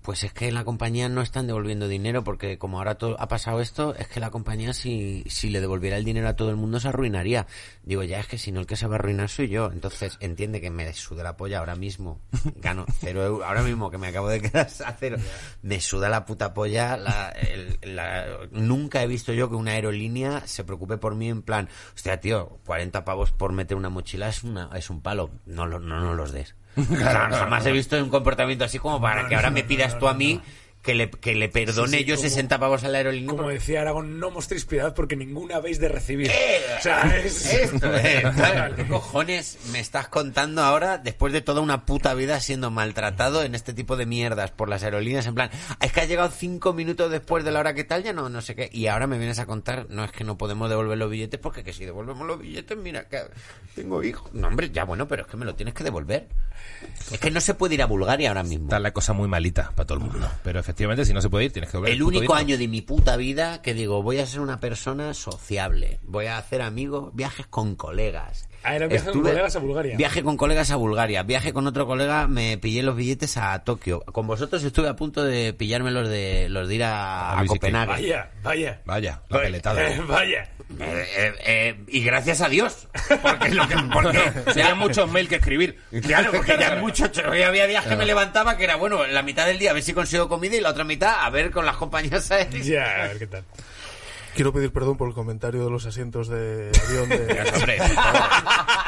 pues es que la compañía no están devolviendo dinero porque como ahora to- ha pasado esto, es que la compañía si, si le devolviera el dinero a todo el mundo se arruinaría. Digo, ya es que si no el que se va a arruinar soy yo. Entonces entiende que me suda la polla ahora mismo. Gano cero euros. Ahora mismo que me acabo de quedar a cero. Me suda la puta polla. la- el- la- nunca he visto yo que una aerolínea se preocupe por mí en plan, hostia tío, 40 pavos por meter una mochila es, una, es un palo. No, lo- no nos los des. (laughs) O sea, jamás he visto un comportamiento así como para que ahora me pidas tú a mí que le, que le perdone yo 60 pavos a la aerolínea. Como porque- decía Aragón, no mostréis piedad porque ninguna habéis de recibir. Eh, O sea, es... Esto es, (laughs) claro, ¿qué cojones me estás contando ahora después de toda una puta vida siendo maltratado en este tipo de mierdas por las aerolíneas? En plan, es que has llegado cinco minutos después de la hora que tal, ya no, no sé qué. Y ahora me vienes a contar, no es que no podemos devolver los billetes porque que si devolvemos los billetes, mira, que tengo hijos. No, hombre, ya bueno, pero es que me lo tienes que devolver. Es que no se puede ir a Bulgaria ahora mismo. Está la cosa muy malita para todo el mundo. Pero efectivamente, si no se puede ir, tienes que volver. El puto único día. año de mi puta vida que digo, voy a ser una persona sociable, voy a hacer amigos, viajes con colegas. Ah, era viaje con colegas a Bulgaria. Viaje con colegas a Bulgaria, viaje con otro colega, me pillé los billetes a Tokio. Con vosotros estuve a punto de pillarme los de, los de ir a, A a Luis y Copenhague. Vaya, vaya. Vaya, la peletada. Eh, (laughs) vaya. Eh, eh, eh, y gracias a Dios, porque, lo que, (laughs) porque Serían muchos mail que escribir. Claro, porque ya mucho cho- ya había días que me levantaba que era bueno, la mitad del día a ver si consigo comida y la otra mitad a ver con las compañías aéreas. Ya, a ver qué tal. Quiero pedir perdón por el comentario de los asientos de avión (laughs) de, Hombre,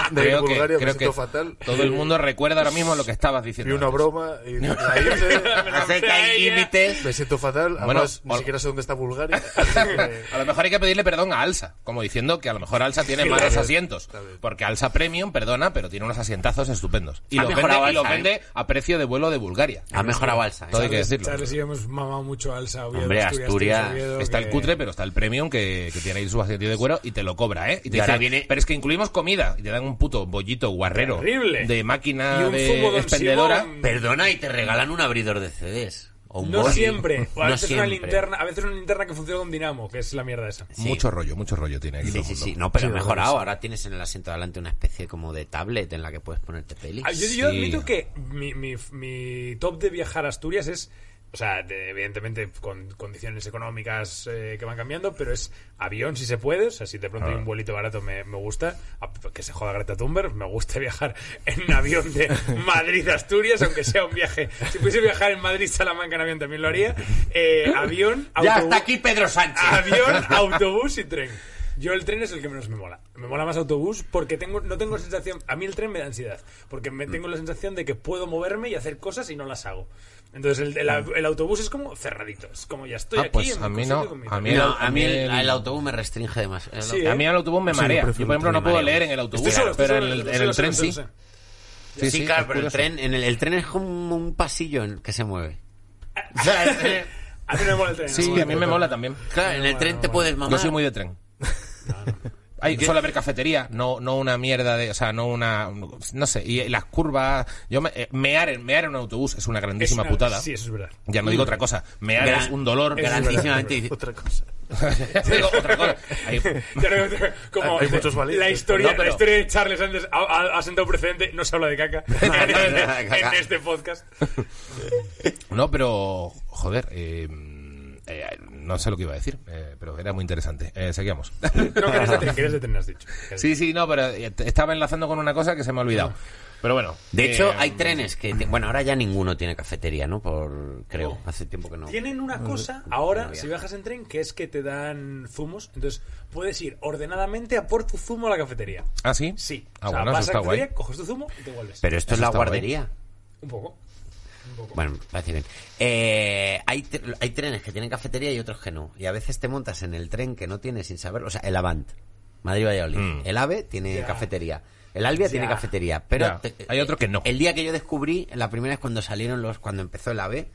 de creo que, Bulgaria, me creo que siento fatal. todo el mundo recuerda ahora mismo lo que estabas Y diciendo. una antes. broma y la hice. No sé que hay límites. Me siento fatal, Bueno, además o- ni siquiera sé dónde está Bulgaria. así que- (laughs) A lo mejor hay que pedirle perdón a Alsa, como diciendo que a lo mejor Alsa tiene malos asientos. Porque Alsa Premium, perdona, pero tiene unos asientazos estupendos. Y Ha los vende, mejorado y los Alsa, ¿eh? vende a precio de vuelo de Bulgaria. Ha mejorado Balsa. ¿eh? Todo hay que decirlo. Charles y yo hemos mamado mucho alza. Oviedo, Hombre, Asturias, Asturias Oviedo, Está el que- cutre, pero está el premium que, que tiene ahí su asiento de cuero y te lo cobra, ¿eh? Y te Y ahora dice, viene- pero es que incluimos comida. Y te dan un puto bollito guarrero Terrible. de máquina Y un zumo de Don expendedora. Simón. Perdona y te regalan un abridor de CDs. O un No boli. siempre. O (laughs) a No veces siempre. una linterna, a veces una linterna que funciona con dinamo, que es la mierda esa. Sí. Mucho rollo, mucho rollo tiene aquí. todo Sí, el sí, mundo. sí. No, pero Sí, ha mejorado. sí. Ahora tienes en el asiento de adelante una especie como de tablet en la que puedes ponerte pelis. Ah, Yo, yo admito que mi, mi- mi top de viajar a Asturias es, o sea, de- evidentemente con condiciones económicas eh, que van cambiando, pero es avión si se puede, o sea, si de pronto Ah. hay un vuelito barato me, me gusta, Ah, que se joda Greta Thunberg, me gusta viajar en un (laughs) avión de Madrid a Asturias, aunque sea un viaje. Si pudiese viajar en Madrid-Salamanca en avión también lo haría. Eh, avión, Ya autobús- está aquí Pedro Sánchez. (laughs) avión, autobús y tren. Yo el tren es el que menos me mola. Me mola más autobús porque tengo, no tengo sensación... A mí el tren me da ansiedad. Porque Mm. me, tengo la sensación de que puedo moverme y hacer cosas y no las hago. Entonces el, el a- el autobús es como cerradito. Es como ya estoy Mm. Ah, aquí. pues en a mi mí sitio no, con mi a tren. mí No, el- a mí el, el- el autobús me restringe demasiado. Sí, eh. A mí el autobús me Sí, yo marea. Yo, prefiero por ejemplo, el no tren, puedo me mareo. leer en el autobús, Estoy solo, estoy pero solo, en el, estoy en el solo, tren estoy sí. solo, estoy Sí, sí, claro, es pero el curioso. tren, en el, el tren es como un pasillo en- que se (laughs) mueve. O sea, el tren- solo. A mí no me mola el tren. no me Sí, mola a mí el me tren. mola también. claro, en el tren te puedes mamar. No soy muy de tren. Hay, suele haber cafetería, no, no una mierda de, o sea, no una, no sé, y las curvas, yo me, eh, mear, en- mear en un autobús es una Es grandísima una- putada. Sí, eso es verdad. Ya no digo otra cosa, mear Gran- es un dolor. (laughs) grandísimamente difícil. (laughs) Otra cosa. (laughs) Digo otra cosa. Ahí- Ya no- como Hay muchos valientes. la historia, No, pero- la historia de Charles antes ha, ha- ha sentado precedente, no se habla de (laughs) caca en, (laughs) en este podcast. No, pero, joder, eh, eh, no sé lo que iba a decir, eh, pero era muy interesante. Eh, seguíamos. No, que eres de tren, que eres de tren, has dicho. Sí, sí, no, pero eh, te- estaba enlazando con una cosa que se me ha olvidado. Pero bueno. De hecho, eh, hay trenes que... te- Bueno, ahora ya ninguno tiene cafetería, ¿no? Por, creo, hace tiempo que no. Tienen una cosa ahora, no si viaja. viajas en tren, que es que te dan zumos. Entonces puedes ir ordenadamente a por tu zumo a la cafetería. ¿Ah, sí? Sí. Ah, o sea, bueno, vas eso a la está guay. cafetería, coges tu zumo y te vuelves. Pero esto Eso es la está guay. guardería. Un poco. Bueno, parece bien. Eh, hay, tre- hay trenes que tienen cafetería y otros que no. Y a veces te montas en el tren que no tiene sin saberlo. O sea, el Avant, Madrid-Valladolid. Mm. El AVE tiene cafetería. El Albia tiene cafetería. Pero eh, Ya. Hay otro que no. El día que yo descubrí, la primera es cuando salieron los, cuando empezó el AVE,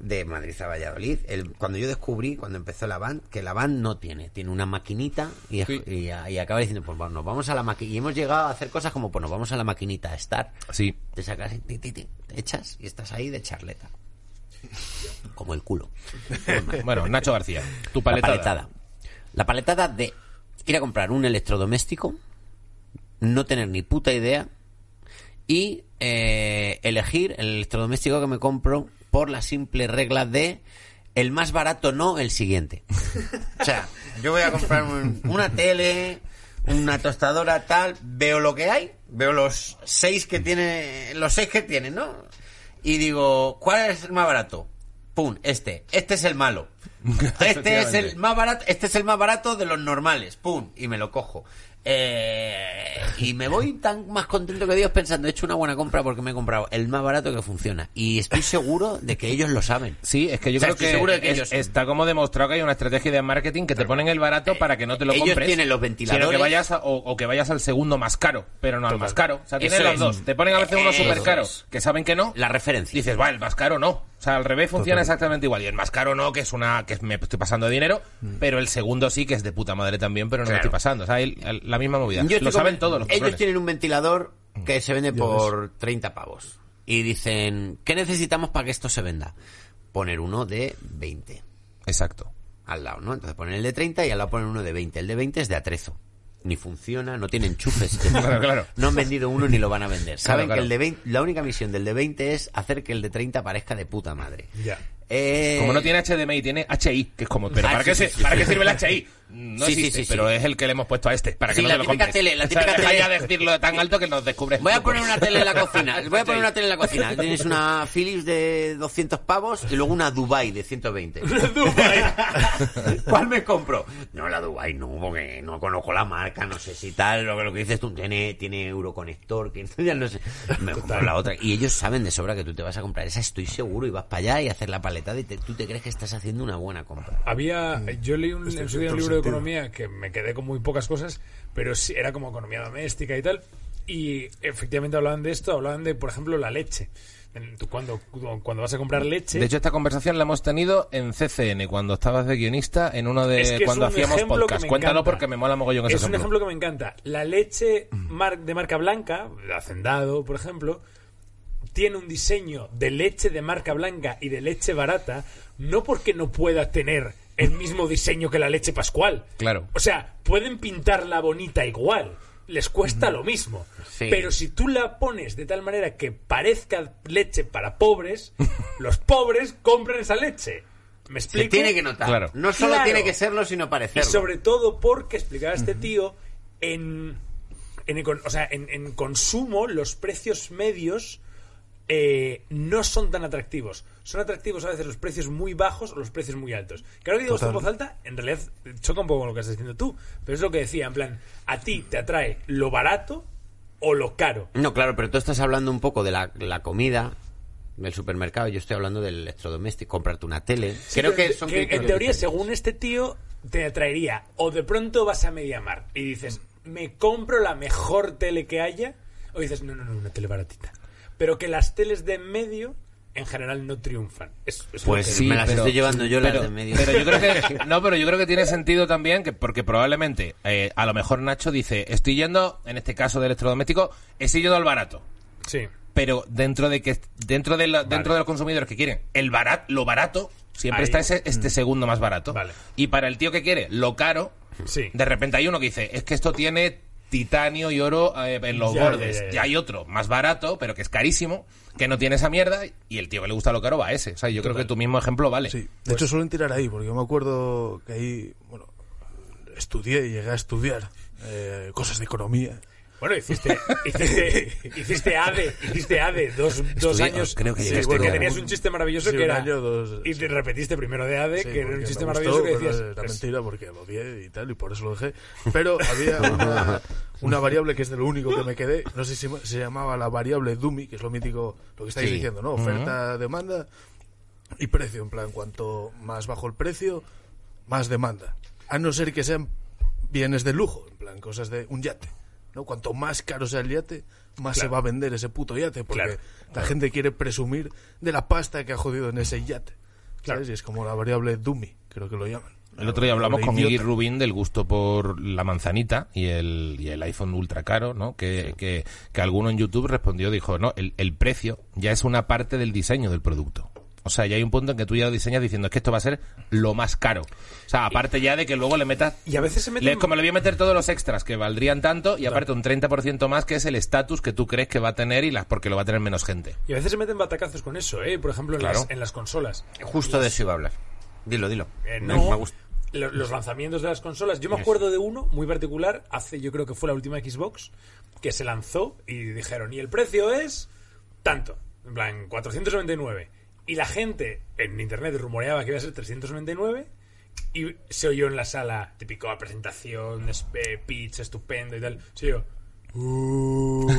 de Madrid a Valladolid. El- cuando yo descubrí, cuando empezó la van, que la van no tiene, tiene una maquinita y, Sí. y- y acaba diciendo, pues bueno, nos vamos a la maquinita. Y hemos llegado a hacer cosas como, pues nos vamos a la maquinita a estar. Sí. Te sacas y ti, ti, ti, te echas y estás ahí de charleta. Como el culo. Bueno, Nacho García, tu La paletada. paletada. La paletada de ir a comprar un electrodoméstico, no tener ni puta idea y eh, elegir el electrodoméstico que me compro por la simple regla de el más barato no el siguiente. O sea, yo voy a comprar un- una tele, una tostadora tal, veo lo que hay, veo los seis que tiene, los seis que tiene, ¿no? Y digo, ¿cuál es el más barato? Pum, este, este es el malo. Este es el más barato, este es el más barato de los normales, pum, y me lo cojo. Eh, y me voy tan más contento que Dios pensando, he hecho una buena compra porque me he comprado el más barato que funciona. Y estoy seguro de que ellos lo saben. Sí, es que yo O sea, creo estoy que, seguro de que es- ellos- está como demostrado que hay una estrategia de marketing que te ponen el barato para que no te lo Eh, ellos compres. tienen los Sino que ventiladores. vayas a- o, o que vayas al segundo más caro, pero no al más caro. O sea, tienes Eso los es. dos. Te ponen a veces uno Eso súper caro, es. que saben que no. La referencia. Dices, va, el más caro no. O sea, al revés funciona exactamente igual. Y el más caro no, que es una que me estoy pasando de dinero, pero el segundo sí que es de puta madre también, pero no Mm. me Claro. estoy pasando. O sea, el- el- la misma movida. Yo estoy lo saben conven- todos los Ellos cabrones. tienen un ventilador que se vende por 30 pavos. Y dicen, ¿qué necesitamos para que esto se venda? Poner uno de 20 Exacto. al lado, ¿no? Entonces ponen el de 30 y al lado ponen uno de 20. El de 20 es de atrezo. Ni funciona, no tiene enchufes. (laughs) Claro, claro. No han vendido uno ni lo van a vender. Saben claro. que el de 20, la única misión del de 20 es hacer que el de 30 parezca de puta madre. Ya. Eh, Como no tiene HDMI, tiene HI, que es como, pero Ah, ¿para, sí, qué, sí, se- sí, ¿para sí. qué sirve el HI? No Sí, sí, existe, sí, sí. pero es el que le hemos puesto a este, para que Sí, no la te lo típica compres. tele, la O sea, típica deja tele. ya de decirlo tan alto que nos descubres. Voy a trucos. poner una tele (laughs) en la cocina. Voy a poner una tele en la cocina. (laughs) Tienes una Philips de 200 pavos y luego una Dubai de (laughs) 120. (laughs) ¿Cuál me compro? No, la Dubai no, porque no conozco la marca, no sé si tal, lo, que- lo que dices tú, tiene, tiene Euroconector, que (laughs) ya no sé. Me compro la otra. Y ellos saben de sobra que tú te vas a comprar esa, estoy seguro, y vas para allá y hacer la paletada y te- tú te crees que estás haciendo una buena compra. Había, yo leí un, en su día un otro libro de sentido. economía que me quedé con muy pocas cosas, pero sí, era como economía doméstica y tal. Y efectivamente hablaban de esto, hablaban de, por ejemplo, la leche. En- Tú cuando, cuando vas a comprar leche... De hecho, esta conversación la hemos tenido en CCN, cuando estabas de guionista, en uno de es que es cuando un hacíamos ejemplo que podcast. me Cuéntalo encanta. porque me mola mogollón ese Es un ejemplo que me encanta. La leche mar- de marca blanca, de Hacendado, por ejemplo, tiene un diseño de leche de marca blanca y de leche barata, no porque no pueda tener el mismo diseño que la leche pascual. Claro. O sea, pueden pintarla bonita igual. Les cuesta lo mismo. Sí. Pero si tú la pones de tal manera que parezca leche para pobres, (laughs) los pobres compran esa leche. ¿Me Se explico? tiene que notar. Claro. No solo Claro. tiene que serlo, sino Y parecerlo. sobre todo porque, explicaba este tío, en, en, econ- o sea, en, en consumo los precios medios eh, no son tan atractivos. Son atractivos a veces los precios muy bajos o los precios muy altos. Claro que digo esto en voz alta, en realidad choca un poco con lo que estás diciendo tú, pero es lo que decía, en plan, a ti te atrae lo barato o lo caro. No, claro, pero tú estás hablando un poco de la, la comida del supermercado. Yo estoy hablando del electrodoméstico, comprarte una tele. Creo pero que en- son en criterios teoría, diferentes. según este tío, te atraería. O de pronto vas a Mediamar y dices, Mm. me compro la mejor tele que haya. O dices, no, no, no, una tele baratita. Pero que las teles de en medio, en general, no triunfan. Es, es lo Pues que- sí. me las estoy llevando yo, las pero, de en medio. pero yo creo (laughs) que no, pero yo creo que tiene sentido también que porque probablemente eh, a lo mejor Nacho dice estoy yendo en este caso de electrodoméstico estoy yendo al barato, Sí. pero dentro de que dentro de la- dentro de los consumidores que quieren el barat, lo barato siempre Ahí. Mm. está ese, este segundo más barato Vale. y para el tío que quiere lo caro Sí. de repente hay uno que dice, es que esto tiene titanio y oro eh, en los Ya, bordes. ya, ya, ya. Y hay otro más barato, pero que es carísimo, que no tiene esa mierda y el tío que le gusta lo caro va a ese. O sea, yo creo que tu mismo ejemplo vale. Sí, de Pues- hecho suelen tirar ahí, porque yo me acuerdo que ahí, bueno, estudié y llegué a estudiar eh, cosas de economía. Bueno, hiciste, hiciste, (laughs) hiciste ADE, hiciste ADE dos, dos Estudié- años. creo que sí, llegué a porque estudiar. tenías un chiste maravilloso Sí, que un era. año, dos- y te repetiste primero de ADE, Sí, que era un porque chiste me maravilloso gustó, que pero decías. "Pues Era "Es- mentira porque lo odié y tal, y por eso lo dejé. Pero (laughs) había una, una variable que es de lo único que me quedé. No sé si ma- se llamaba la variable Dummy, que es lo mítico, lo que estáis Sí. diciendo, ¿no? Oferta, demanda y precio. En plan, cuanto más bajo el precio, más demanda. A no ser que sean bienes de lujo, en plan, cosas de un yate. ¿no? Cuanto más caro sea el yate, más se va a vender ese puto yate, porque Claro. la gente quiere presumir de la pasta que ha jodido en ese yate. ¿sabes? Y es como la variable dummy, creo que lo llaman. El otro día hablamos La con idiota. Iggy Rubin del gusto por la manzanita y el, y el iPhone ultra caro, ¿no? Que, que, que alguno en YouTube respondió, dijo, no, el, el precio ya es una parte del diseño del producto. O sea, ya hay un punto en que tú ya lo diseñas diciendo, es que esto va a ser lo más caro. O sea, aparte ya de que luego le metas... Y a veces se meten- le- como le voy a meter todos los extras que valdrían tanto y aparte un 30% más que es el estatus que tú crees que va a tener y las porque lo va a tener menos gente. Y a veces se meten batacazos con eso, ¿eh? Por ejemplo, en, Claro. las, en las consolas. Justo de eso iba a hablar. Dilo, dilo. Eh, Me- no, me gusta. lo- los lanzamientos de las consolas. Yo me acuerdo de uno muy particular, hace yo creo que fue la última Xbox, que se lanzó y dijeron, y el precio es tanto, en plan 499. Y la gente en internet rumoreaba que iba a ser 399 y se oyó en la sala, típico a presentación, es- eh, pitch estupendo y tal, se oyó, (laughs) "Uh",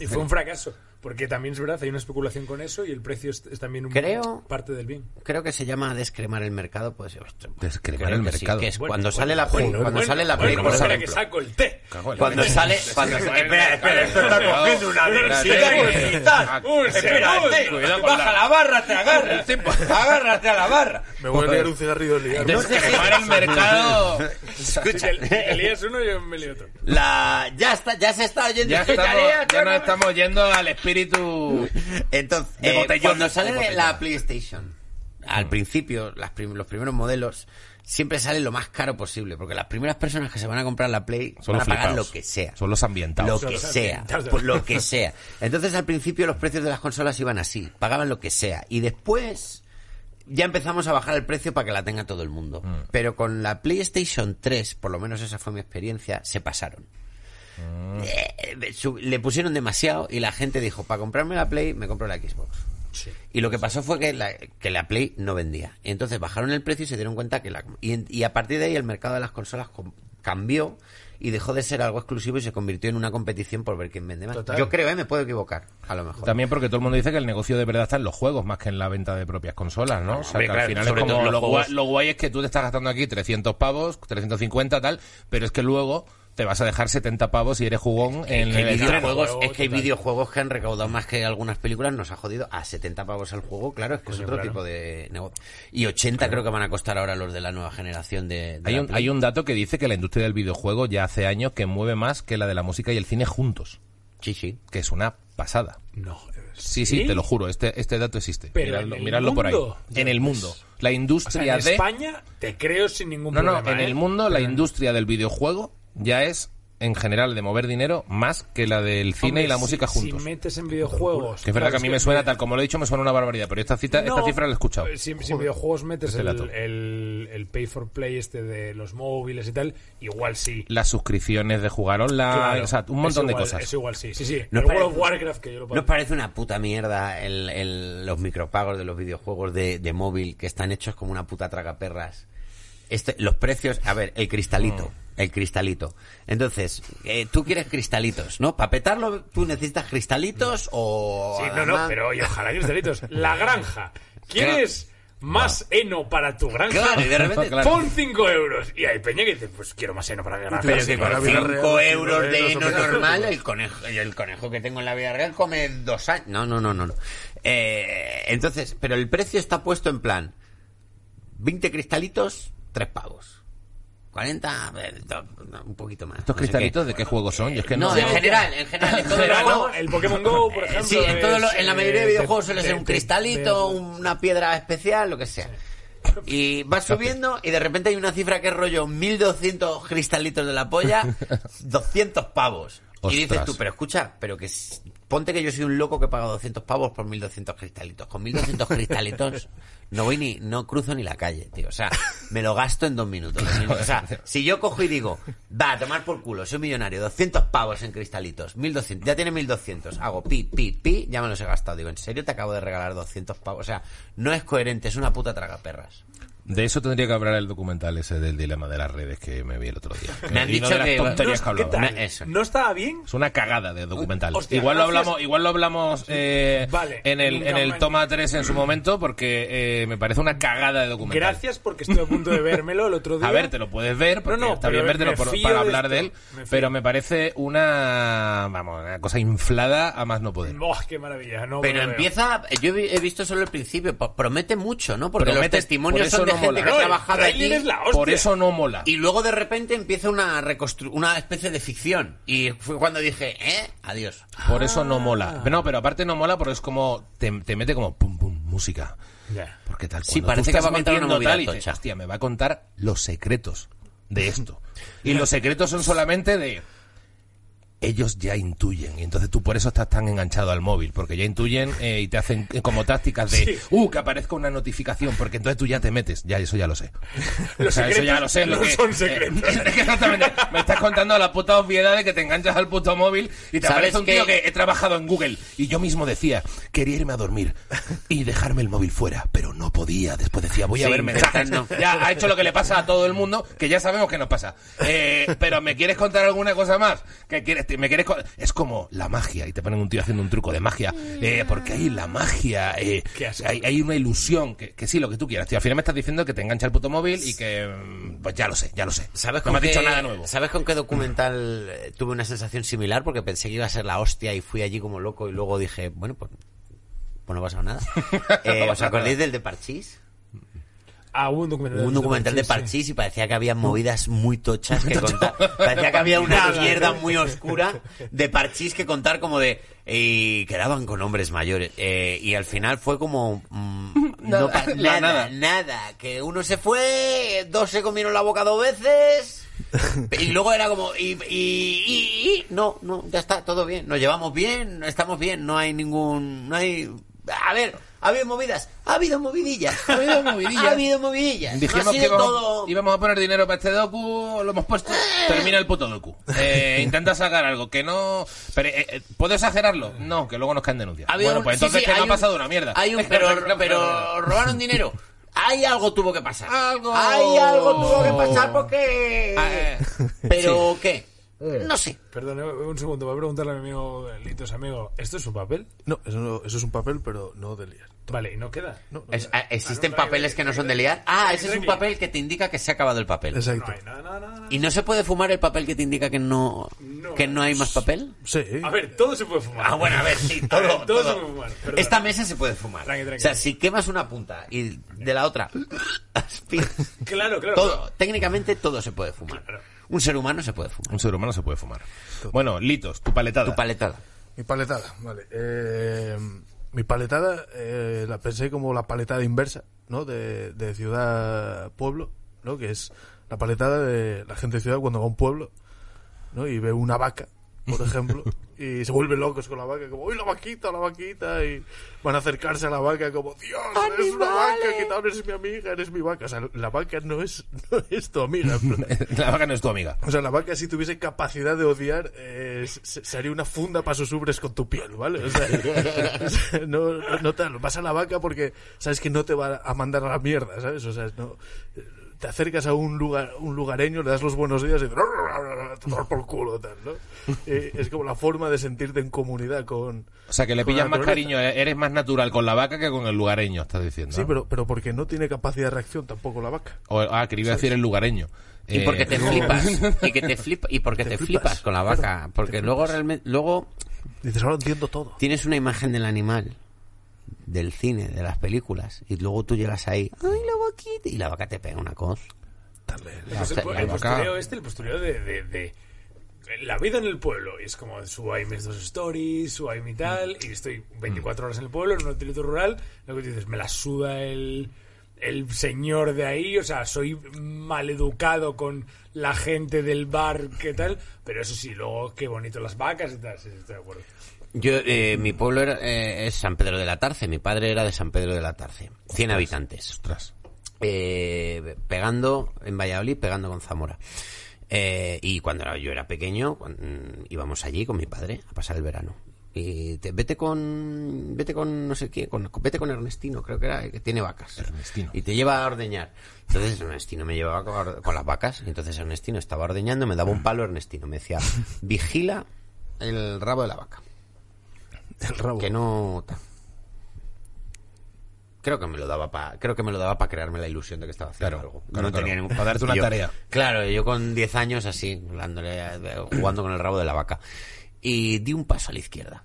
y fue un fracaso. Porque también es verdad, hay una especulación con eso y el precio es, es también un Creo- parte del bien. Creo que se llama descremar el mercado, pues. hostia, Descremar creo el que sí, mercado. que es Bueno, cuando bueno, sale la Play, bueno, cuando bueno, sale la bueno, Play, por espera que ejemplo. saco el té. Cago en la Cuando leche. sale, cuando espera, espera, esto está cogiendo una Ah, velocidad. un Espera, segundo. eh, Cuidado con baja la- la barra, te (laughs) agarras, pues. agárrate a la barra. Me voy a leer un cigarrillo de liar. No sé si- Descremar el mercado. (laughs) Escucha, Si te- te lías uno, yo me lío otro. la, ya está, ya se está oyendo. Ya, esta estamos, (laughs) tarea, ya nos ¿no? estamos yendo al espíritu. Entonces, De eh, botellón. cuando sale De botellón. la PlayStation, al principio, las prim- los primeros modelos siempre sale lo más caro posible, porque las primeras personas que se van a comprar la Play Son van los a pagar flipados. lo que sea. Son los ambientados. lo Son que los sea, ambientados. por lo que sea. Entonces al principio los precios de las consolas iban así, pagaban lo que sea y después ya empezamos a bajar el precio para que la tenga todo el mundo. Mm. Pero con la PlayStation 3, por lo menos esa fue mi experiencia, se pasaron. Eh, su- le pusieron demasiado y la gente dijo, para comprarme la Play me compro la Xbox. Y lo que pasó fue que la, que la Play no vendía. Y entonces bajaron el precio y se dieron cuenta que la... Y, en- y a partir de ahí el mercado de las consolas com- cambió y dejó de ser algo exclusivo y se convirtió en una competición por ver quién vende más. Total. Yo creo, ¿eh? me puedo equivocar, a lo mejor. También porque todo el mundo dice que el negocio de verdad está en los juegos más que en la venta de propias consolas, ¿no? o sea, hombre, que al claro, final es sobre como todo los lo, juegos. guay, lo guay es que tú te estás gastando aquí 300 pavos, 350 tal, pero es que luego te vas a dejar 70 pavos y eres jugón en Es que el hay estreno. videojuegos- es que hay total. videojuegos que han recaudado más que algunas películas, nos ha jodido a 70 pavos el juego, claro, es que es otro tipo de negocio. Y 80 creo que van a costar ahora los de la nueva generación de... de Hay la un, Play. hay un dato que dice que la industria del videojuego ya hace años que mueve más que la de la música y el cine juntos, Sí, sí. que es una pasada. No. Sí, sí, te lo juro, este, este dato existe. Pero miradlo en el miradlo por ahí. mundo. En el mundo. La O sea, industria en de... España te creo sin ningún No, no, problema. en ¿eh? el mundo la industria del videojuego ya es, en general, de mover dinero más que la del cine Hombre, y la si- música juntos. Si metes en videojuegos. Que es verdad que a claro, mí me es suena, tal como lo he dicho, me suena una barbaridad, pero esta, cita, No, esta cifra la he escuchado. eh, Si, si en videojuegos metes Este el, dato. el- el pay for play este de los móviles y tal, igual sí. Las suscripciones de jugar online, Claro, o sea, un eso montón de igual- cosas. Eso igual sí. Sí, sí. No el parece- World of Warcraft que yo lo ¿No os parece una puta mierda el- el- los micropagos de los videojuegos de, de móvil que están hechos como una puta tragaperras? Este, los precios, a ver, el cristalito, Mm. el cristalito. Entonces, eh, tú quieres cristalitos, ¿no? Para petarlo, tú necesitas cristalitos o... Sí, no, no, además- pero oye, (laughs) ojalá cristalitos. La granja. ¿Quieres más heno para tu granja? Claro, (laughs) y de repente... Claro. Pon 5 euros. Y hay peña que dice, pues quiero más heno para mi granja. Pero que Para con vida 5 real, euros sí, de no, heno eso me- normal, el conejo, el conejo que tengo en la vida real come dos años. No, no, no, no. no. Eh, entonces, pero el precio está puesto en plan: 20 cristalitos, 3 pavos. 40, a ver, do- no, un poquito más. ¿Estos no sé cristalitos de qué juegos son? Yo es qué. que no... No, eh. en general, en general, en todos los Pero no, juegos. el Pokémon Go, por Eh, ejemplo. Sí, en, todo lo- es, en la eh, mayoría de videojuegos te- suele te- ser un te- cristalito, te- una piedra especial, lo que sea. Y va subiendo y de repente hay una cifra que es rollo 1200 cristalitos de la polla, (laughs) 200 pavos. Y dices Ostras. tú, pero escucha, pero que s- ponte que yo soy un loco que paga 200 pavos por 1200 cristalitos. Con 1200 cristalitos no voy ni no cruzo ni la calle, tío. O sea, me lo gasto en dos (laughs) minutos. O sea, si yo cojo y digo, va a tomar por culo, soy millonario, 200 pavos en cristalitos, 1200, ya tiene 1200, hago pi, pi, pi, ya me los he gastado. Digo, ¿en serio te acabo de regalar 200 pavos? O sea, no es coherente, es una puta traga perras. De eso tendría que hablar el documental ese del dilema de las redes que me vi el otro día. Me han Y no dicho de las que- tonterías No, que ¿Qué hablaba. tal? Eso. ¿No estaba bien? Es una cagada de documental. Hostia, igual, lo gracias. hablamos, igual lo hablamos eh, Vale, en el, nunca en el más. toma 3 en su momento porque eh, me parece una cagada de documental. Gracias porque estoy a punto de vérmelo (laughs) el otro día. A ver, te lo puedes ver, porque No, no, está pero bien vértelo me por- fío para de hablar esto, de él, me fío. pero me parece una, vamos, una cosa inflada a más no poder. Buah, Oh, qué maravilla! No, Pero no lo veo. empieza, yo he he visto solo el principio, po- promete mucho, ¿no? Porque Promete, los testimonios por eso son de no gente mola. que ha No, el trabajado tráiler allí es la hostia. Por eso no mola. y luego de repente empieza una reconstru- una especie de ficción. Y fue cuando dije, ¿eh? Adiós. Por eso no mola. Ah. Pero No, pero aparte no mola porque es como te, te mete como pum pum música. Ya. Porque tal Sí, cuando parece tú que estás va a contar una metiendo movida tal y dices, tocha. hostia, me va a contar los secretos de esto. y los secretos son solamente de ellos ya intuyen y entonces tú por eso estás tan enganchado al móvil porque ya intuyen eh, y te hacen eh, como tácticas de Sí. uh que aparezca una notificación porque entonces tú ya te metes ya eso ya lo sé (laughs) Los eso ya secretos lo sé lo no que- son secretos. (laughs) eh, exactamente me estás contando la puta obviedad de que te enganchas al puto móvil y te ¿Sabes aparece un tío qué? que he trabajado en Google y yo mismo decía quería irme a dormir y dejarme el móvil fuera pero no podía después decía voy a Sí, ver mensajes intentando. ya ha hecho lo que le pasa a todo el mundo, que ya sabemos que nos pasa. Eh, pero ¿me quieres contar alguna cosa más? ¿Qué quieres, te- me quieres con- es como la magia, y te ponen un tío haciendo un truco de magia, eh, porque hay la magia, eh, Qué asco. hay, hay una ilusión, que, que sí, lo que tú quieras. Tío, al final me estás diciendo que te engancha el puto móvil y que... mm, Pues ya lo sé, ya lo sé. ¿Sabes no con, me has qué, dicho nada nuevo. ¿Sabes con qué documental eh, tuve una sensación similar? Porque pensé que iba a ser la hostia y fui allí como loco y luego dije, bueno, pues, pues no ha (laughs) pasado nada. Eh, ¿Os acordáis del de Parchís? Ah, hubo un documental. Hubo un documental de Parchís, sí. Parchís y parecía que había movidas muy tochas (laughs) que contar. Parecía que había una mierda muy oscura de Parchís que contar como de... Y quedaban con hombres mayores. Eh, y al final fue como... mm, (laughs) Nada, no pa- no, nada, nada. nada, Que uno se fue, dos se comieron la boca dos veces... Y luego era como... Y, y- y- y- no, no, ya está, todo bien. Nos llevamos bien, estamos bien. No hay ningún... No hay... A ver... Ha habido movidas, ha habido movidillas, (laughs) ha habido movidillas, ha habido movidillas. Dijimos No ha que sido íbamos, todo- íbamos a poner dinero para este docu, lo hemos puesto. Termina el puto docu. (laughs) Eh, intenta sacar algo que no. Pero, eh, eh, ¿Puedo exagerarlo? No, que luego nos caen denuncias. Ha habido bueno, un- pues sí, entonces sí, que hay no un- ha pasado una mierda. (laughs) Hay un, pero, pero robaron dinero. Hay algo tuvo que pasar. Algo. Hay algo tuvo que pasar porque. Ah, eh. Pero qué. No sé. Perdón, eh, un segundo, voy a preguntarle a mi amigo eh, Litos, amigo, ¿esto es su papel? No, eso, no- eso es un papel, pero no de liar. Vale, y no queda. No, no, Es- ah, ¿Existen papeles que no son de liar? Ah, ese es un papel que te indica que se ha acabado el papel. No exacto. hay nada, nada, nada. ¿Y no se puede fumar el papel que te indica que no, No. que no hay más papel? Sí. A ver, todo se puede fumar. Ah, bueno, a ver, sí, A ver, todo. todo todo. se puede fumar, perdón. Esta mesa se puede fumar. Tranqui, tranqui, o sea, tranqui. si quemas una punta y de la otra (laughs) aspiras, Claro, claro. Todo, técnicamente todo se puede fumar. Claro. Un ser humano se puede fumar. Un ser humano se puede fumar. Bueno, Litos, tu paletada. Tu paletada. Mi paletada, vale. Eh, mi paletada eh, la pensé como la paletada inversa, ¿no? De, de ciudad-pueblo, ¿no? Que es la paletada de la gente de ciudad cuando va a un pueblo, ¿no? Y ve una vaca, por ejemplo, y se vuelven locos con la vaca, como, ¡uy, la vaquita, la vaquita! Y van a acercarse a la vaca como, ¡Dios, eres una vaca! ¿Qué tal? Eres mi amiga, eres mi vaca. O sea, la vaca no es, (laughs) no es tu amiga. en plan. (laughs) La vaca no es tu amiga. O sea, la vaca, si tuviese capacidad de odiar, eh, se, se haría una funda para sus ubres con tu piel, ¿vale? (laughs) O sea, no, no, no tal. Vas a la vaca porque sabes que no te va a mandar a la mierda, ¿sabes? O sea, no. Te acercas a un lugar un lugareño, le das los buenos días y te (laughs) dar por culo, tal, ¿no? Eh, es como la forma de sentirte en comunidad con. O sea, que le con la pillas más naturaleza. cariño, eh, eres más natural con la vaca que con el lugareño, estás diciendo. Sí, ¿no? pero, pero porque no tiene capacidad de reacción tampoco la vaca. O- ah, que le iba a decir el lugareño. Y Eh, porque te (laughs) flipas. Y que te flipa, y porque te, flipas. flipas, con la vaca. porque luego realmente, luego Dices, ahora entiendo todo. tienes una imagen del animal, del cine, de las películas, y luego tú llegas ahí, ay la vaquita, y la vaca te pega una cosa. Dale. Pues el, La po- el vaca- postureo este, el postureo de, de- de- la vida en el pueblo. Y es como, suba ahí mis dos stories, suba ahí mi tal, y estoy 24 horas en el pueblo, en un hotelito rural, lo que tú dices, me la suda el, el señor de ahí, o sea, soy maleducado con la gente del bar, ¿qué tal? Pero eso sí, luego, qué bonito las vacas y tal, sí, sí, estoy de acuerdo. Yo, eh, mi pueblo era, eh, es San Pedro de la Tarce, mi padre era de San Pedro de la Tarce, 100 habitantes. Ostras. eh, pegando en Valladolid, pegando con Zamora. Eh, y cuando era- yo era pequeño, cuan- mm, íbamos allí con mi padre a pasar el verano. Y te- vete con vete con no sé quién, con- vete con Ernestino, creo que era, que tiene vacas. Ernestino. Y te lleva a ordeñar. Entonces Ernestino me llevaba con, or- con las vacas. Y entonces Ernestino estaba ordeñando, me daba un palo Ernestino. Me decía, vigila el rabo de la vaca. El rabo. Que no. ta. Creo que me lo daba para creo que me lo daba para crearme la ilusión de que estaba haciendo Claro, algo. claro, no tenía claro. ningún (laughs) Pa' darte una yo- tarea. Claro, yo con 10 años así, dándole a- jugando con el rabo de la vaca. Y di un paso a la izquierda.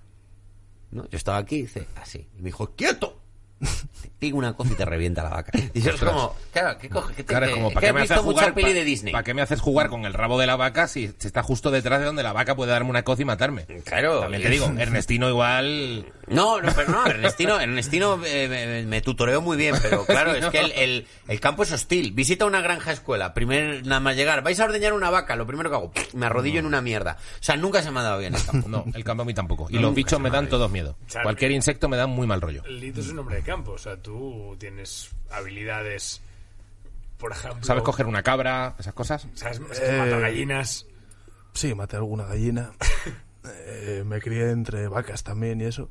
¿no? Yo estaba aquí y hice así. Y me dijo, ¡quieto! (laughs) Te Pega una cosa y te revienta la vaca. Y yo es Ostras. como, claro, ¿qué coge? ¿Qué te, Claro, es como, que ¿para qué has me haces visto mucha jugar? peli de Disney. ¿Para qué me haces jugar con el rabo de la vaca si si está justo detrás de donde la vaca puede darme una coz y matarme? Claro. (laughs) También te digo, Ernestino igual... No, no, pero no, Ernestino, Ernestino eh, me, me tutoreó muy bien, pero claro, es que el, el- el campo es hostil. Visita una granja escuela, primer, nada más llegar, vais a ordeñar una vaca, lo primero que hago, me arrodillo en una mierda. O sea, nunca se me ha dado bien el campo. No, el campo a mí tampoco. Y No, los nunca bichos se me me ha dan ido. todos miedo. Claro. Cualquier insecto me da muy mal rollo. Lito es un hombre de campo, o sea, tú tienes habilidades, por ejemplo... ¿Sabes coger una cabra? Esas cosas. ¿Sabes, sabes matar Eh, gallinas? Sí, maté (laughs) alguna gallina. Eh, me crié entre vacas también y eso.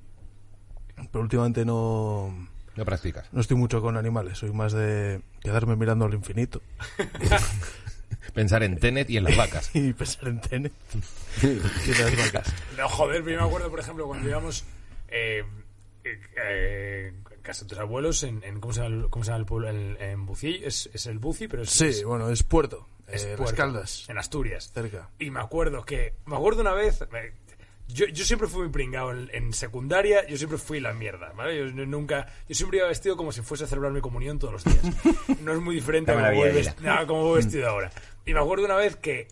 Pero últimamente no, No practicas. no estoy mucho con animales. Soy más de quedarme mirando al infinito (laughs) Pensar en Tenet y en las vacas. y pensar en Tenet y en las vacas. No, joder, yo me acuerdo, por ejemplo, cuando íbamos eh, eh, eh, en casa de tus abuelos, en, en- ¿cómo, se llama el, cómo se llama el pueblo? En, en Buci, es, es el Buci, pero es, Sí, es- bueno, es puerto. es eh, Las puerto, Caldas. en Asturias. Cerca. Y me acuerdo que, me acuerdo una vez, me- yo, yo siempre fui muy pringado en, en secundaria, yo siempre fui la mierda, ¿vale? Yo n- nunca, yo siempre iba vestido como si fuese a celebrar mi comunión todos los (laughs) días. No es muy diferente a Dame como la voy, vida, vest- no, como voy vestido ahora. Y me acuerdo una vez que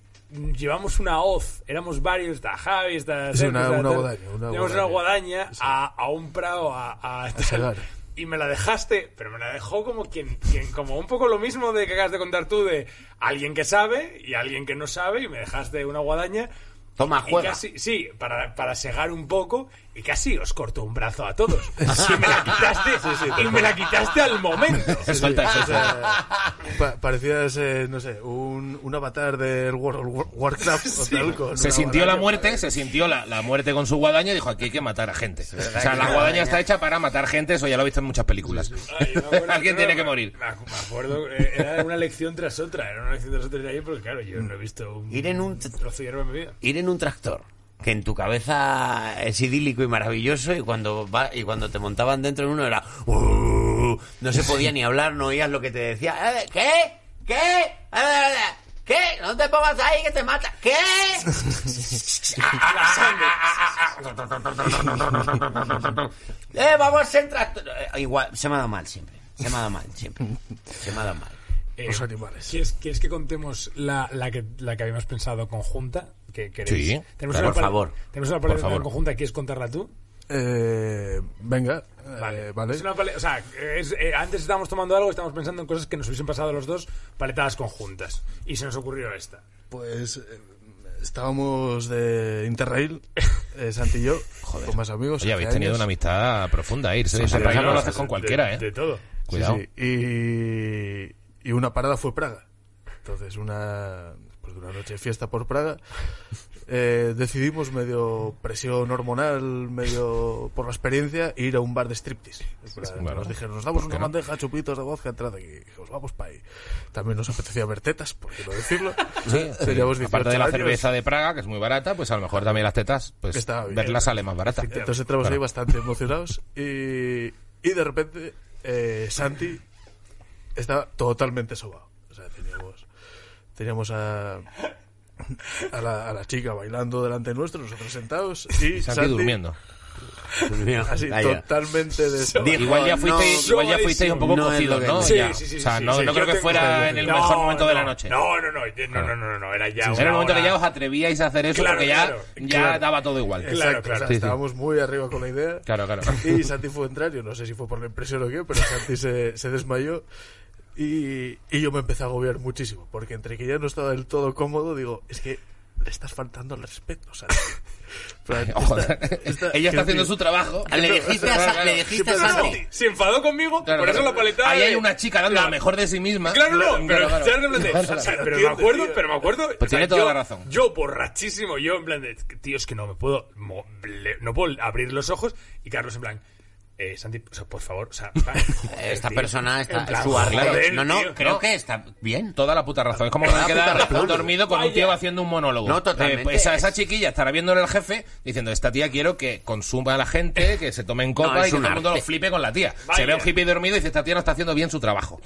llevamos una hoz, éramos varios, está Javi, está... Sí, una- está- una guadaña, una llevamos una guadaña a, a un prado, a... a- este segar. y me la dejaste, pero me la dejó como quien, quien, como un poco lo mismo de que acabas de contar tú, de alguien que sabe y alguien que no sabe, y me dejaste una guadaña. Toma, Y juega. casi- sí, para, para segar un poco, y casi os cortó un brazo a (laughs) todos. Y me la quitaste, y me la quitaste al (laughs) momento. Suelta, O suelta. sea, pa- parecías, eh, no sé, un, un avatar del World of War- Warcraft. (laughs) o tal, con Se (laughs) una sintió la guadaña. muerte, se sintió la, la muerte con su guadaña y dijo, aquí hay que matar a gente. O sea, que la la guadaña guadaña- está hecha para matar gente, eso ya lo he visto en muchas películas. Ay, me acuerdo, (laughs) Alguien no, tiene que me- morir. Me acu- me acuerdo, eh, era una lección tras otra, era una lección tras otra de ahí, porque claro, yo no he visto un Ir en un- trozo de hierba en mi vida. Ir en un tractor, que en tu cabeza es idílico y maravilloso, y cuando, va, y cuando te montaban dentro en uno era... "Uh", no se podía ni hablar, no oías lo que te decía. Eh, ¿Qué? ¿Qué? Eh, ¿Qué? No te pongas ahí que te mata. ¿Qué? (laughs) La sangre. Eh, vamos a ser tractor. Eh, igual, se me ha dado mal siempre. Se me ha dado mal siempre. Se me ha dado mal. Eh, Pues Los animales. ¿Quieres, quieres que contemos la, la, que, la que habíamos pensado conjunta? Que queréis? Sí, Tenemos claro, una por pala- favor. Tenemos una palabra favor. conjunta, ¿quieres contarla tú? Eh, venga, eh, vale. Es una pale- o sea, es- eh, antes estábamos tomando algo, estábamos pensando en cosas que nos hubiesen pasado a los dos, paletadas conjuntas. Y se nos ocurrió esta. Pues eh, estábamos de Interrail, eh, Santi y (laughs) yo, con más amigos. Oye, hace habéis tenido años. una amistad profunda, Ir. ¿eh? Eso Sí, para ahí no lo de- haces con de- cualquiera, De, ¿eh? todo. Sí, Cuidado. sí. Y, y una parada fue Praga. Entonces, una, pues, de una noche de fiesta por (laughs) Praga, eh, decidimos, medio presión hormonal, medio por la experiencia, ir a un bar de striptease. En plan, claro. Nos dijeron, nos damos ¿Por una qué no? bandeja, chupitos de vodka, entrada. Y dijimos, vamos para ahí. También nos apetecía ver tetas, por qué no decirlo. Teníamos 18 Aparte de la años. cerveza de Praga, que es muy barata, pues a lo mejor también las tetas, pues Está bien. verlas sale más barata. Entonces entramos Claro. ahí bastante emocionados y, y de repente eh, Santi estaba totalmente sobado. O sea, teníamos, teníamos a, a, la, a la chica bailando delante nuestro, nosotros sentados y, Y Santi durmiendo. Así, Calla. totalmente de... Dijo, Igual ya "No, fuisteis, igual ya sobadísimo. fuisteis un poco No es cocidos, lo que ¿no? quería". Ya. o sea, no, no Yo creo que tengo- fuera en el No, mejor momento de la no. noche. No, no, no, yo- no, no, no, no, era ya. Era el una momento que hora- ya os atrevíais a hacer eso Claro, porque ya, claro, ya claro. daba todo igual. Claro, claro. o sea, Sí, sí. estábamos muy arriba con la idea. Claro, claro. Y Santi fue a entrar, yo no sé si fue por la impresión o qué, pero Santi se, se desmayó. Y, y yo me empecé a agobiar muchísimo, porque entre que ya no estaba del todo cómodo, digo, es que le estás faltando al (laughs) respeto, ¿sabes? Plan, Oh, joder. esta- esta- Ella quiero está haciendo decir, su trabajo. Ah, Le dijiste a, Sa- Claro, le dijiste a claro. Santi. Se enfadó conmigo, claro, por eso claro. la paletada. Ahí de- hay una chica dando la- lo mejor de sí misma. Claro, no, pero, claro. ¿sabes? En plan de- Claro, claro. o sea, pero me Entiendo, acuerdo, tío. pero me acuerdo. o sea, pues tiene toda yo- la razón. Yo borrachísimo, yo en plan de, tío, es que no me puedo, mo- le- no puedo abrir los ojos y Carlos en plan, eh, Santi, o sea, por favor, o sea, va, (laughs) joder, Esta tío. persona está En plan, su arte. joder, no, no, tío. creo no. que está bien. Toda la puta razón. Es como que quedar dormido con un tío haciendo un monólogo. No, totalmente. pues esa, esa chiquilla estará viéndole al jefe diciendo, esta tía quiero que consuma a (laughs) la gente, que se tome en copa No, es y que un todo el mundo arte. lo flipe con la tía. Vaya. Se ve a un hippie dormido y dice, esta tía no está haciendo bien (laughs) su trabajo.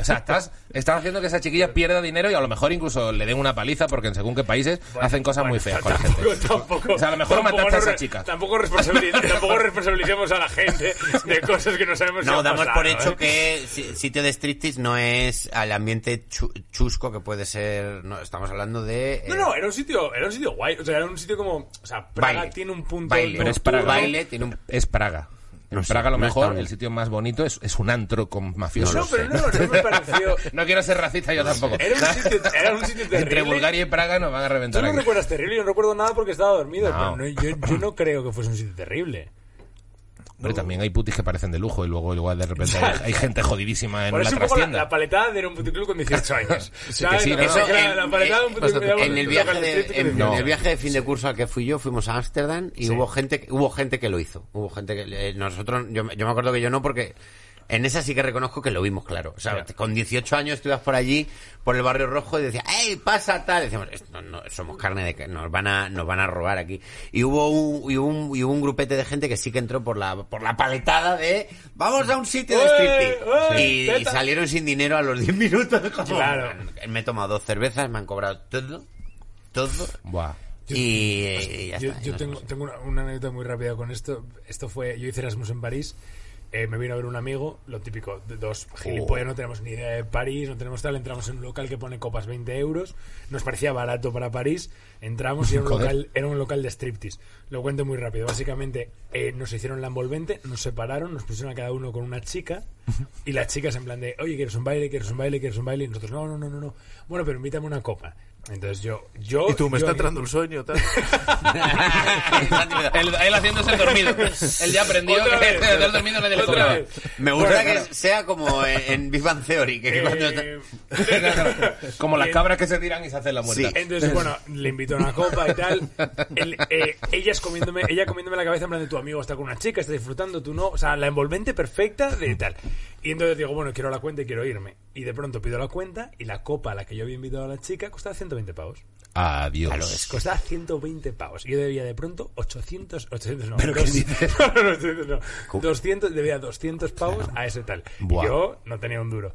o sea, estás, estás haciendo que esa chiquilla pierda dinero y a lo mejor incluso le den una paliza porque en según qué países hacen cosas muy feas con la gente. Tampoco, O sea, a lo mejor tampoco mataste a nos esa re- chica. Tampoco, (laughs) responsabili- tampoco responsabilicemos a la gente de cosas que no sabemos si No, han damos pasado, por hecho ¿eh? que si- sitio de striptease no es al ambiente chu- chusco que puede ser. No, estamos hablando de. eh, No, no, era un sitio, era un sitio guay. O sea, era un sitio como. O sea, Praga Baile. tiene un punto. Baile. Pero es nocturno. Praga. baile tiene un. Es Praga. En No sé, Praga a lo no mejor está- el sitio más bonito es, es un antro con mafiosos. No, pero no, no me pareció. (laughs) No quiero ser racista yo tampoco. Era un (laughs) sitio, era un sitio Entre terrible. Bulgaria y Praga nos van a Tú reventar no aquí. recuerdas terrible, yo no recuerdo nada porque estaba dormido. No. pero no, yo, yo no creo que fuese un sitio terrible. Hombre, también hay putis que parecen de lujo y luego igual de repente hay, hay gente jodidísima en Por la eso un poco la, trastienda. la paletada de ir a un puticlub con 18 años. que (laughs) sí, Lo no, que no. se llama En- eh, la paletada de un puticlub bastante- En el viaje de, en- No. en el viaje de fin de curso al que fui yo, fuimos a Ámsterdam y hubo gente que- hubo gente que lo hizo. Hubo gente que eh, nosotros yo, me- yo me acuerdo que yo no porque en esa sí que reconozco que lo vimos claro. O sea, con 18 años tú ibas por allí, por el barrio rojo y decías, ¡Ey, pasa tal! Decíamos, "Es- no, no, somos carne de ca- nos van a nos van a robar aquí. Y hubo un, y un y hubo un grupete de gente que sí que entró por la por la paletada de vamos a un sitio de ¡Ué, striptease ué, y, y teta! salieron sin dinero a los 10 minutos. como, Claro. me he tomado dos cervezas, me han cobrado todo, todo. Buah. Y, eh, ya Yo, está. yo no (laughs) tengo, sé. (laughs) tengo una, una anécdota muy rápida con esto. Esto fue, yo hice Erasmus en París. eh, me vino a ver un amigo, lo típico, de dos gilipollas, no tenemos ni idea de París, no tenemos tal. Entramos en un local que pone copas 20 euros, nos parecía barato para París. Entramos y era un, Joder. local, era un local de striptease. Lo cuento muy rápido. Básicamente, eh, nos hicieron la envolvente, nos separaron, nos pusieron a cada uno con una chica. Y las chicas en plan de, oye, ¿quieres un baile? ¿Quieres un baile? ¿Quieres un baile? Y nosotros, no, no, no, no. no. Bueno, pero invítame una copa. Entonces yo, yo. Y tú, me yo- está entrando el sueño, tal. él, él haciéndose el dormido. Él ya aprendió Otra que vez. el dormido nadie le Otra cobraba. vez. Me gusta Bueno, que sea como en, en Big Bang Theory, (laughs) que cuando está- Eh, Como las Eh, cabras que se tiran y se hacen la muerta. Sí. Entonces, bueno, le invito a una copa y tal. El- eh, ellas comiéndome, ella comiéndome la cabeza en plan de tu amigo está con una chica, está disfrutando, tú no. O sea, la envolvente perfecta de tal. Y entonces digo, bueno, quiero la cuenta y quiero irme. Y de pronto pido la cuenta y la copa a la que yo había invitado a la chica costaba 120 pavos. Adiós. Costaba 120 pavos. Yo debía de pronto 800, 800 no, ¿Pero qué dos- dices? (laughs) no, no, 800 no. 200, debía 200 pavos a ese tal. Y Buah. Yo no tenía un duro.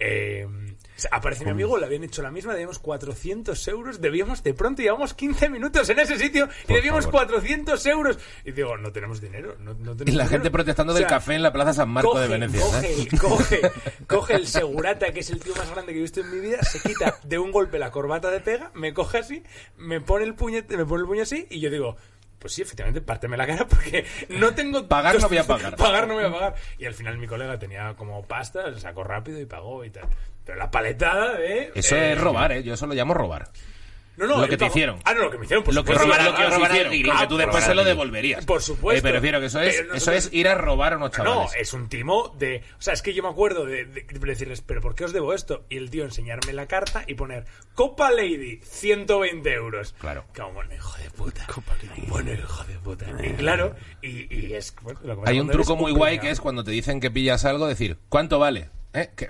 Eh, o sea, aparece mi amigo, le habían hecho la misma, debíamos 400 euros, debíamos de pronto, llevamos 15 minutos en ese sitio y debíamos favor. 400 euros. Y digo, no tenemos dinero. No, no tenemos Y la dinero. gente protestando O del sea, café en la Plaza San Marco de Venecia. Coge, ¿eh? (laughs) coge, coge el segurata, que es el tío más grande que he visto en mi vida, se quita de un golpe la corbata de pega, me coge así, me pone el puñete, me pone el puño así y yo digo, pues sí, efectivamente, párteme la cara (laughs) porque no tengo... Pagar no voy a (laughs) pagar. pagar no voy a pagar. Y al final mi colega tenía como pasta, lo sacó rápido y pagó y tal. Pero la paletada de... Eso eh, es robar, ¿eh? Yo eso lo llamo robar. No, no, lo él que te pagó- hicieron. Ah, no, lo que me hicieron, por lo que, supuesto. robar, robar- lo que os robar al hicieron, grill. lo que tú Ah, después robar se lo al grill. devolverías. Por supuesto. Eh, me refiero que eso es, Pero eso nosotros- es ir a robar a unos chavales. No, es un timo de. O sea, es que yo me acuerdo de, de- de decirles, ¿pero por qué os debo esto? Y el tío enseñarme la carta y poner Copa Lady, 120 euros. Claro. Como bueno, hijo de puta. Bueno, hijo de puta. Y claro, y, y es. bueno, lo que pasa Eh. Hay un cuando eres truco muy guay cumpleaños. que es cuando te dicen que pillas algo, decir, ¿cuánto vale? ¿Eh? Que-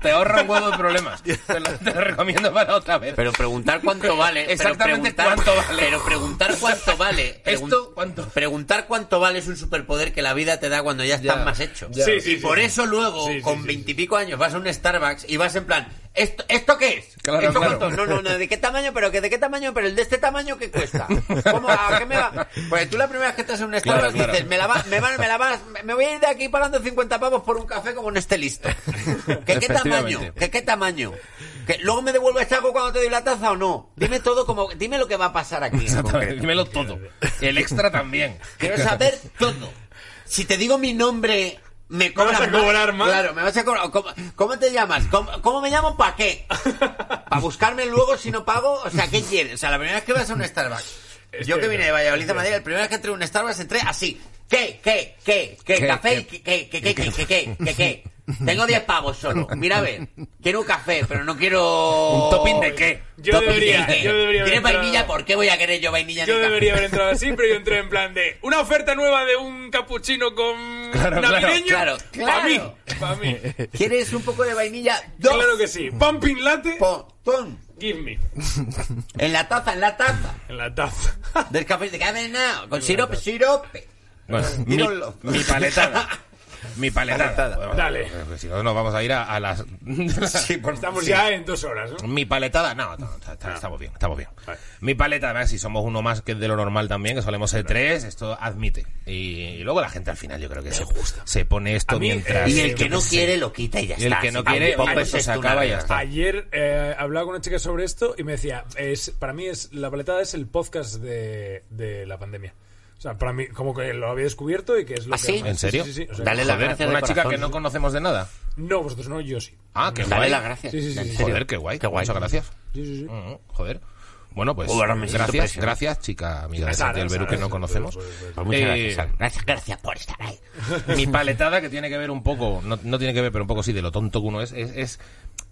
te ahorra un huevo de problemas. Te lo, te lo recomiendo para otra vez. Pero preguntar (laughs) cuánto vale. Exactamente pero preguntar, cuánto vale. Pero preguntar cuánto vale. pregun- (laughs) Esto, ¿cuánto? Preguntar cuánto vale es un superpoder que la vida te da cuando ya estás Ya. más hecho. Ya. Sí, y sí, sí, por sí. eso luego, Sí, sí, sí, con sí. veintipico años, vas a un Starbucks y vas en plan, ¿esto, ¿esto qué es? Claro, ¿Esto claro. cuánto? No, no, no, ¿de qué tamaño? Pero que de qué tamaño, pero el de este tamaño, ¿qué cuesta? ¿Cómo? ¿A qué me va? Pues tú la primera vez que estás en un Starbucks claro. dices, me la va- me van, me la vas, me voy a ir de aquí pagando 50 pavos por un café como en este (laughs) listo. ¿Qué, qué Efectivamente. tamaño? ¿Qué, qué tamaño? ¿Que ¿Luego me devuelves algo cuando te doy la taza o no? Dime todo como... Dime lo que va a pasar aquí. en Exactamente, concreto. dímelo todo. El extra también. Quiero saber todo. Si te digo mi nombre me vas cobran a cobrar más? Claro, me vas a cobrar. ¿Cómo, cómo te llamas? ¿Cómo, cómo me llamo? ¿Para (laughs) qué? ¿Para buscarme luego si no pago? O sea, ¿qué quieres? O sea, la primera vez que vas a un Starbucks. Yo que vine de Valladolid a Madrid, la primera vez que entré a un Starbucks entré así. ¿Qué? ¿Qué? ¿Qué? ¿Qué? ¿Qué? ¿Café? y ¿Qué? ¿Qué? ¿Qué? ¿Qué? ¿Qué? ¿Qué? ¿Qué? ¿Qué? (laughs) ¿Qué? Tengo 10 pavos solo. Mira, a ver. Quiero un café, pero no quiero. ¿Un topping de qué? Yo Topping de debería- qué. yo debería haber ¿Tienes vainilla? entrado- ¿Por qué voy a querer yo vainilla? en (laughs) Yo el café? debería haber entrado así, pero yo entré en plan de una oferta nueva de un capuchino con Claro, claro, navideño. claro, Para claro. mí, para mí. ¿Quieres un poco de vainilla? Dos. Claro que sí. Pumping latte, Pon, pon. give me. En la taza, en la taza. En la taza. (laughs) Del café de cadena. Con sirope, sirope. Bueno, mi, Díganlo. mi paletada. Mi paletada. Bueno, Dale. porque Si no, nos vamos a ir a, a las. Estamos ya en dos horas, ¿no? Mi paletada, no, no, está- está- estamos bien, estamos bien. Ah. Vale. Mi paletada, a ver, si somos uno más que de lo normal también, que solemos ser tres, esto admite. Y, y luego la gente al final, yo creo que se, se pone esto A mí, mientras. (laughs) eh, Y Sí, el yo que qué no quiere lo quita y ya Y el está. que no Si quiere, tampoco vamos, es eso se esto una acaba y ya regla. está. Ayer eh, hablaba con una chica sobre esto y me decía, es, para mí es la paletada es el podcast de, de la pandemia. O sea, para mí, como que lo había descubierto y que es lo ¿Ah, que... sí? más- ¿En serio? Sí, sí, sí. O sea, Dale las Joder, gracias de una chica corazón. que no conocemos de nada. No, vosotros no, yo sí. Ah, qué Dale guay. las gracias. Sí, sí, sí, En sí. serio. Joder, qué guay. Qué guay. Muchas gracias. Sí, sí, sí. Mm, joder. Bueno, pues Uh, ahora me siento gracias, presionado. gracias, chica amiga de Sara, Santi Alberú Sara, que no (laughs) Sara, conocemos. pues, pues, Pues muchas Eh, gracias, Sara. gracias. Gracias por estar (laughs) ahí. mi paletada que tiene que ver un poco, no, no tiene que ver, pero un poco sí, de lo tonto que uno es, es, es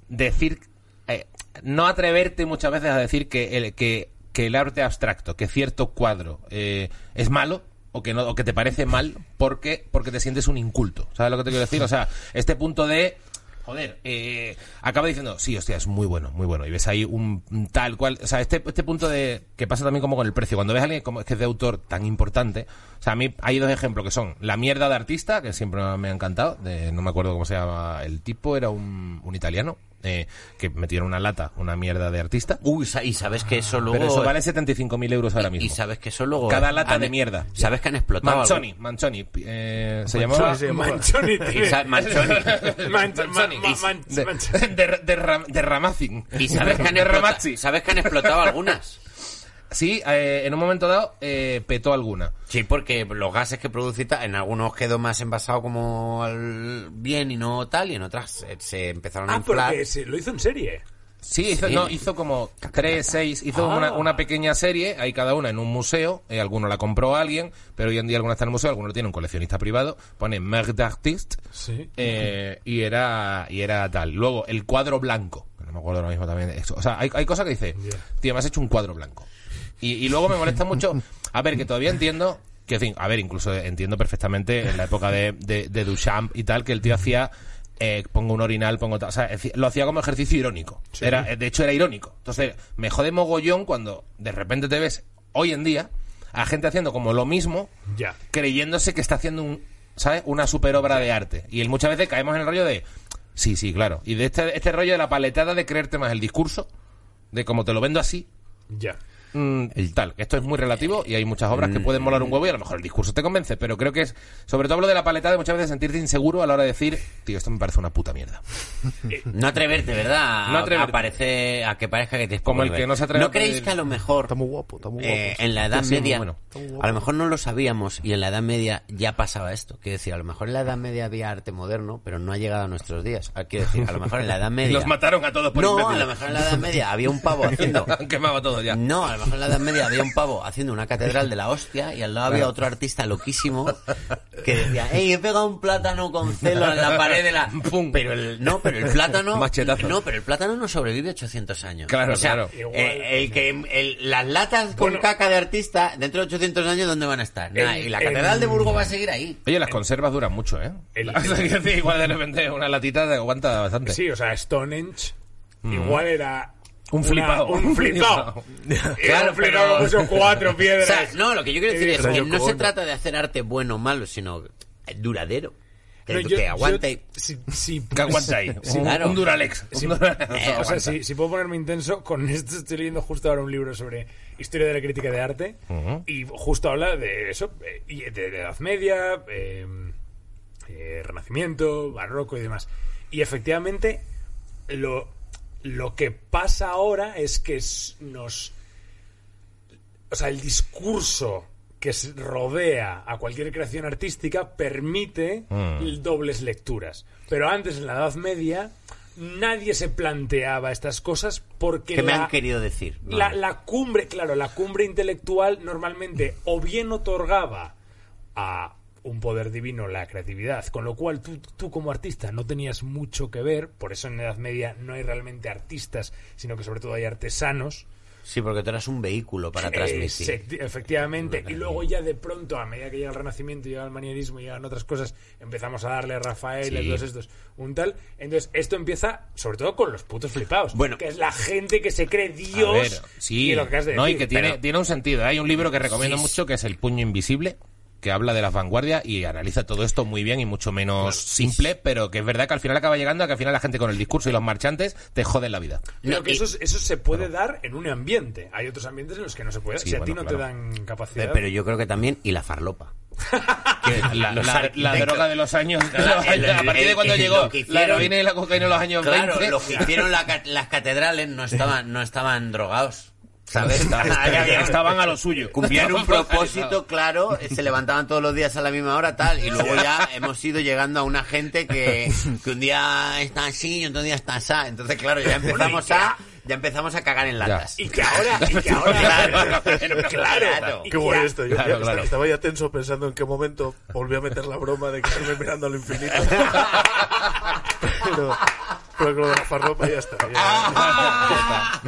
decir, eh, no atreverte muchas veces a decir que el, que, que el arte abstracto, que cierto cuadro eh, es malo. O que, no, o que te parece mal porque, porque te sientes un inculto. ¿Sabes lo que te quiero decir? O sea, este punto de Joder, eh, acaba diciendo, sí, hostia, es muy bueno, muy bueno. Y ves ahí un un tal cual. O sea, este, este punto de. que pasa también como con el precio. Cuando ves a alguien como es que es de autor tan importante. O sea, a mí hay dos ejemplos que son La mierda de artista, que siempre me ha encantado. de- no me acuerdo cómo se llama el tipo, era un, un italiano. eh, que metió en una lata una mierda de artista. Uy, sa- y sabes que eso luego... eh, pero eso vale 75.000 euros ahora mismo. Y sabes que eso luego... Cada lata han- e- de mierda. Sabes que han explotado... Manchoni, Manchoni. eh, se llamaba. se llamaba. Manchoni, algo. Y (laughs) tío. (laughs) sa- Manchoni. Manch- ma- ma- man- De, manch- (laughs) de, de, Ram- de Ramazzi. Y sabes que han De explotado, Ramazzi. sabes que (laughs) han explotado algunas. Sí, eh, en un momento dado eh, petó alguna. Sí, porque los gases que produce y tal, en algunos quedó más envasado como al bien y no tal, y en otras eh, se empezaron a Ah, inflar. porque se lo hizo en serie. Sí, hizo, Sí. No, hizo como tres, seis, hizo Ah. una, una pequeña serie, hay cada una en un museo, eh, alguno la compró a alguien, pero hoy en día alguna está en el museo, alguno lo tiene un coleccionista privado, pone Merde Artist, Sí. eh, y era y era tal. Luego, el cuadro blanco, que no me acuerdo ahora mismo también de eso. O sea, hay, hay cosas que dice, tío, me has hecho un cuadro blanco. Y, y luego me molesta mucho, a ver, que todavía entiendo, que en fin, a ver, incluso entiendo perfectamente en la época de, de, de Duchamp y tal, que el tío hacía... eh, pongo un orinal, pongo tal. O sea, hacía- lo hacía como ejercicio irónico. Era, eh, de hecho, era irónico. Entonces, me jode mogollón cuando de repente te ves hoy en día a gente haciendo como lo mismo, Ya. creyéndose que está haciendo un, ¿sabes? una super obra de arte. Y él muchas veces caemos en el rollo de, sí, sí, claro. Y de este, este rollo de la paletada de creerte más el discurso, de como te lo vendo así, Ya. mm, tal. Esto es muy relativo y hay muchas obras que pueden molar un huevo y a lo mejor el discurso te convence, pero creo que es, sobre todo hablo de la paletada de muchas veces sentirte inseguro a la hora de decir, tío, esto me parece una puta mierda. (laughs) No atreverte, ¿verdad? A- No atreverte. A, parece- a que parezca que te Como el descubre. que no se atreve ¿No a creéis pedir- que a lo mejor Está muy guapo, está muy guapo. eh, en la Edad pues. Sí, muy Media, bueno. a lo mejor no lo sabíamos y en la Edad Media ya pasaba esto? Quiero decir, a lo mejor en la Edad Media había arte moderno, pero no ha llegado a nuestros días. Ah, Quiero decir, a lo mejor en la (laughs) Edad Media... Los mataron a todos por No, a imbéciles. lo mejor en la Edad Media había un pavo (laughs) haciendo... Han quemado a todos ya. No, a lo mejor en la Edad Media había un pavo haciendo una catedral de la hostia y al lado había otro artista loquísimo que decía, hey, he pegado un plátano con celo en la pared de la... (laughs) Pum. Pero el, no, pero el plátano... (laughs) Machetazo. No, pero el plátano no sobrevive 800 años. Claro, O sea, claro. eh, el que, el- las latas con Bueno. caca de artista, dentro de 800 años, ¿dónde van a estar? Nah, El- y la el- catedral de Burgos va a seguir ahí. Oye, las conservas duran mucho, ¿eh? El- (laughs) O sea, que sí, igual de repente una latita te aguanta bastante. Sí, o sea, Stonehenge igual era... Un una- flipado. Un flipado. Claro, Era un pero- flipado que puso cuatro O piedras. sea, no, lo que yo quiero decir Eh, es pero que yo no se cojones. trata de hacer arte bueno o malo, sino duradero. Que, No, que yo- aguante. yo- si, si- Que (laughs) aguanta ahí. si- un, claro. un Duralex. (laughs) Un Duralex. Eh, o sea, si, si puedo ponerme intenso, con esto estoy leyendo justo ahora un libro sobre historia de la crítica de arte y justo habla de eso, eh, y de la Edad Media, eh, eh, Renacimiento, Barroco y demás. Y efectivamente, lo, lo que pasa ahora es que s- nos... O sea, el discurso que s- rodea a cualquier creación artística permite l- dobles lecturas. Pero antes, en la Edad Media, nadie se planteaba estas cosas porque... ¿Qué me la- han querido decir? No, la, no. la cumbre, claro, la cumbre intelectual normalmente o bien otorgaba a un poder divino la creatividad, con lo cual tú, tú como artista no tenías mucho que ver, por eso en la Edad Media no hay realmente artistas, sino que sobre todo hay artesanos. Sí, porque tú eras un vehículo para transmitir. Efecti- efectivamente. eh. Y luego ya de pronto, a medida que llega el Renacimiento, llega el manierismo, llegan otras cosas, empezamos a darle a Rafael y a Sí. todos estos un tal. Entonces, esto empieza sobre todo con los putos flipados. Bueno. que es la gente que se cree Dios. A ver, sí, y lo que has de no, y decir. que tiene, pero- tiene un sentido. ¿eh? Hay un libro que recomiendo Sí, sí. mucho que es El Puño Invisible, que habla de las vanguardias y analiza todo esto muy bien y mucho menos simple, pero que es verdad que al final acaba llegando a que al final la gente con el discurso y los marchantes te joden la vida. Creo No, que y- eso, es- eso se puede dar en un ambiente. Hay otros ambientes en los que no se puede. Sí, si a ti no bueno, te claro. dan Pe- capacidad. Eh, Pero yo creo que también, y la farlopa. (laughs) La, Los la- la arquitectos- droga de los años. el- (laughs) a partir de cuando el- llegó lo que la hicieron- heroína y la cocaína en los años Claro, 20. (laughs) los que hicieron la ca- las catedrales no estaban, no estaban drogados. ¿Sabes? Ahí había- Estaban a lo (laughs) suyo. Cumplían (laughs) un propósito, claro, eh, se levantaban todos los días a la misma hora, tal, y luego ya hemos ido llegando a una gente que, que un día está así y otro día está así. Entonces, claro, ya empezamos a ya empezamos a cagar en latas. Y que ahora. Y que Claro, (laughs) ahora claro, claro. Qué bueno esto. Yo Claro, ya claro. estaba ya tenso pensando en qué momento volví a meter la broma de quedarme mirando al infinito. pero, pero con lo de la farlopa ya está. Ah.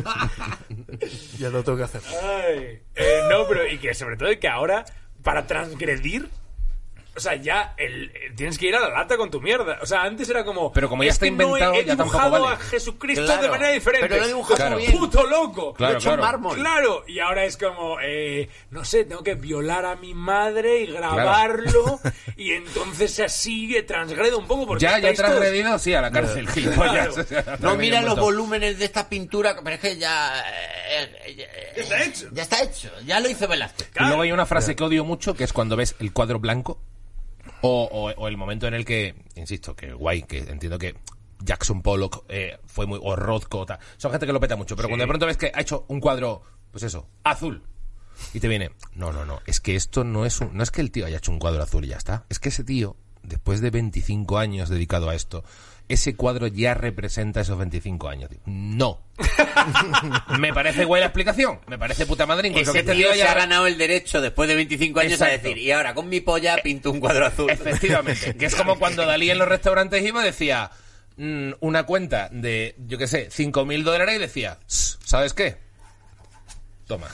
Ya, ya lo tengo que hacer. Ay, eh, no, pero. Y que sobre todo que ahora, para transgredir. O sea, ya el, eh, tienes que ir a la lata con tu mierda. O sea, antes era como. Pero como ya es está que no he- inventado, he, ya tampoco dibujado vale. a Jesucristo Claro, de manera diferente. pero lo he dibujado Claro. bien. ¡Puto loco! Claro, Lo he hecho en claro. mármol. Claro, y ahora es como, eh, no sé, tengo que violar a mi madre y (laughs) grabarlo, y entonces así que transgredo un poco. Porque Ya, ya estáis todos- transgredido, sí, a la cárcel, Claro. gilipollas. O (laughs) sea, No mira un los montón. volúmenes de esta pintura, pero es que ya. eh, ya, está hecho. Ya está hecho, ya lo hizo Velázquez. Y luego hay una frase que odio mucho, que es cuando ves el cuadro blanco o, o- o el momento en el que, insisto, que guay, que entiendo que Jackson Pollock eh, fue muy... o Rothko, tal. son gente que lo peta mucho, pero cuando de pronto ves que ha hecho un cuadro, pues eso, azul. Y te viene, no, no, no, es que esto no es un... No es que el tío haya hecho un cuadro azul y ya está. Es que ese tío, después de 25 años dedicado a esto, ese cuadro ya representa esos 25 años. tío. (laughs) No. me parece guay la explicación. Me parece puta madre. Incluso que Ese este tío se haya- ha ganado el derecho después de 25 años a Exacto. decir, y ahora con mi polla pinto un cuadro azul. (laughs) Efectivamente. Que es como cuando Dalí en los restaurantes iba decía mm, una cuenta de, yo qué sé, 5.000 dólares y decía, "Ss, ¿sabes qué? (laughs) Toma.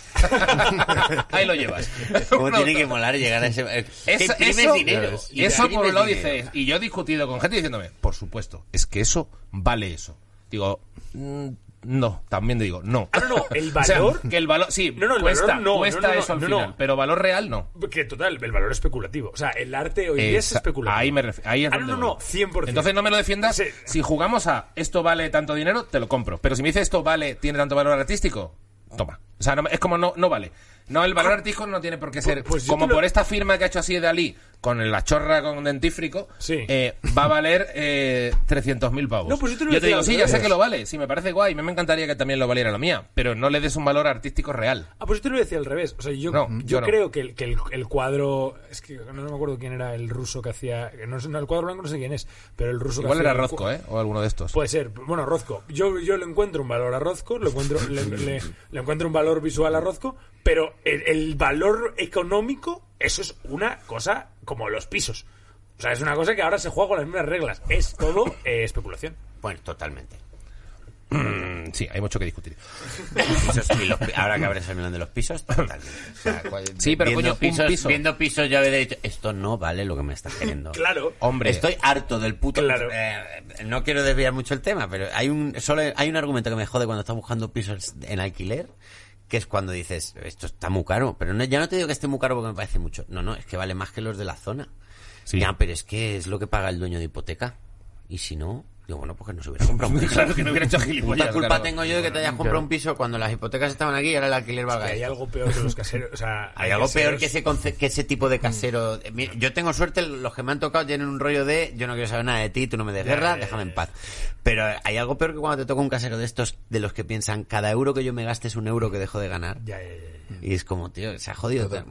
Ahí lo llevas. ¿Cómo Un tiene que autógrafo. molar llegar a ese... eh, que Eso- imprimes eso, dinero. y eso por imprimes un lado dinero. dices, y yo he discutido con gente diciéndome, por supuesto, es que eso vale eso. Digo, "Mm, no, también digo, no. Ah, no, no, el (laughs) O sea, valor- que el valor, sí, No, no, el valor cuesta, no, no, cuesta no, no, eso al no, no. final, pero valor real no. Que total, el valor especulativo. O sea, el arte hoy día es Esa- especulativo. Ahí, me ref- ahí es Ah, donde no, no, no, voy. 100%. Entonces no me lo defiendas. Sí. Si jugamos a esto vale tanto dinero, te lo compro. Pero si me dices esto vale, tiene tanto valor artístico, toma. O sea, no- es como no, no vale. No, el valor artístico no tiene por qué ser. Ah. pues yo como te lo- por esta firma que ha hecho así de Dalí, con la chorra con dentífrico, Sí. eh, va a valer eh, 300.000 pavos. No, pues yo te lo decía digo, al sí, ya sé revés. que lo vale. Sí, me parece guay. Me me encantaría que también lo valiera la mía. Pero no le des un valor artístico real. Ah, pues yo te lo decía al revés. O sea, yo, No, yo, yo no. creo que, el, que el, el cuadro. Es que no me acuerdo quién era el ruso que hacía. No, sé- no, el cuadro blanco no sé quién es, pero el ruso Igual que hacía. era Rozco, ¿eh? O alguno de estos. Puede ser. Bueno, Rozco. Yo, yo le encuentro un valor a Rozco, le encuentro, le, le- (laughs) le encuentro un valor visual a Rozco, pero el, el valor económico, eso es una cosa como los pisos. O sea, es una cosa que ahora se juega con las mismas reglas. Es todo eh, especulación. Bueno, totalmente. Mm, sí, hay mucho que discutir. Pisos y los pi- ahora que abres el melón de los pisos, totalmente. O sea, cual- Sí, pero viendo coño, un pisos, piso. Viendo pisos ya habéis dicho, esto no vale lo que me estás queriendo. (laughs) Claro. Hombre. Estoy harto del puto. Claro. Eh, no quiero desviar mucho el tema, pero hay un solo hay un argumento que me jode cuando estás buscando pisos en alquiler, que es cuando dices esto está muy caro, pero no- ya no te digo que esté muy caro porque me parece mucho. No, no, es que vale más que los de la zona. Sí. Ya, pero es que es lo que paga el dueño de hipoteca y si no. Digo, bueno, pues que no se hubiera comprado un piso. (laughs) Claro que no hubiera hecho gilipollas. ¿Cuánta culpa claro. tengo yo de que te hayas comprado un piso cuando las hipotecas estaban aquí y ahora el alquiler valga Hay esto? algo peor que los caseros. O sea, Hay algo caseros- peor que ese, conce- que ese tipo de casero. Eh, mira, Yo tengo suerte, los que me han tocado tienen un rollo de yo no quiero saber nada de ti, tú no me des guerra, déjame en paz. Pero eh, hay algo peor que cuando te toca un casero de estos, de los que piensan cada euro que yo me gaste es un euro que dejo de ganar. Ya, ya, ya, ya. Y es como, tío, se ha jodido. Bueno,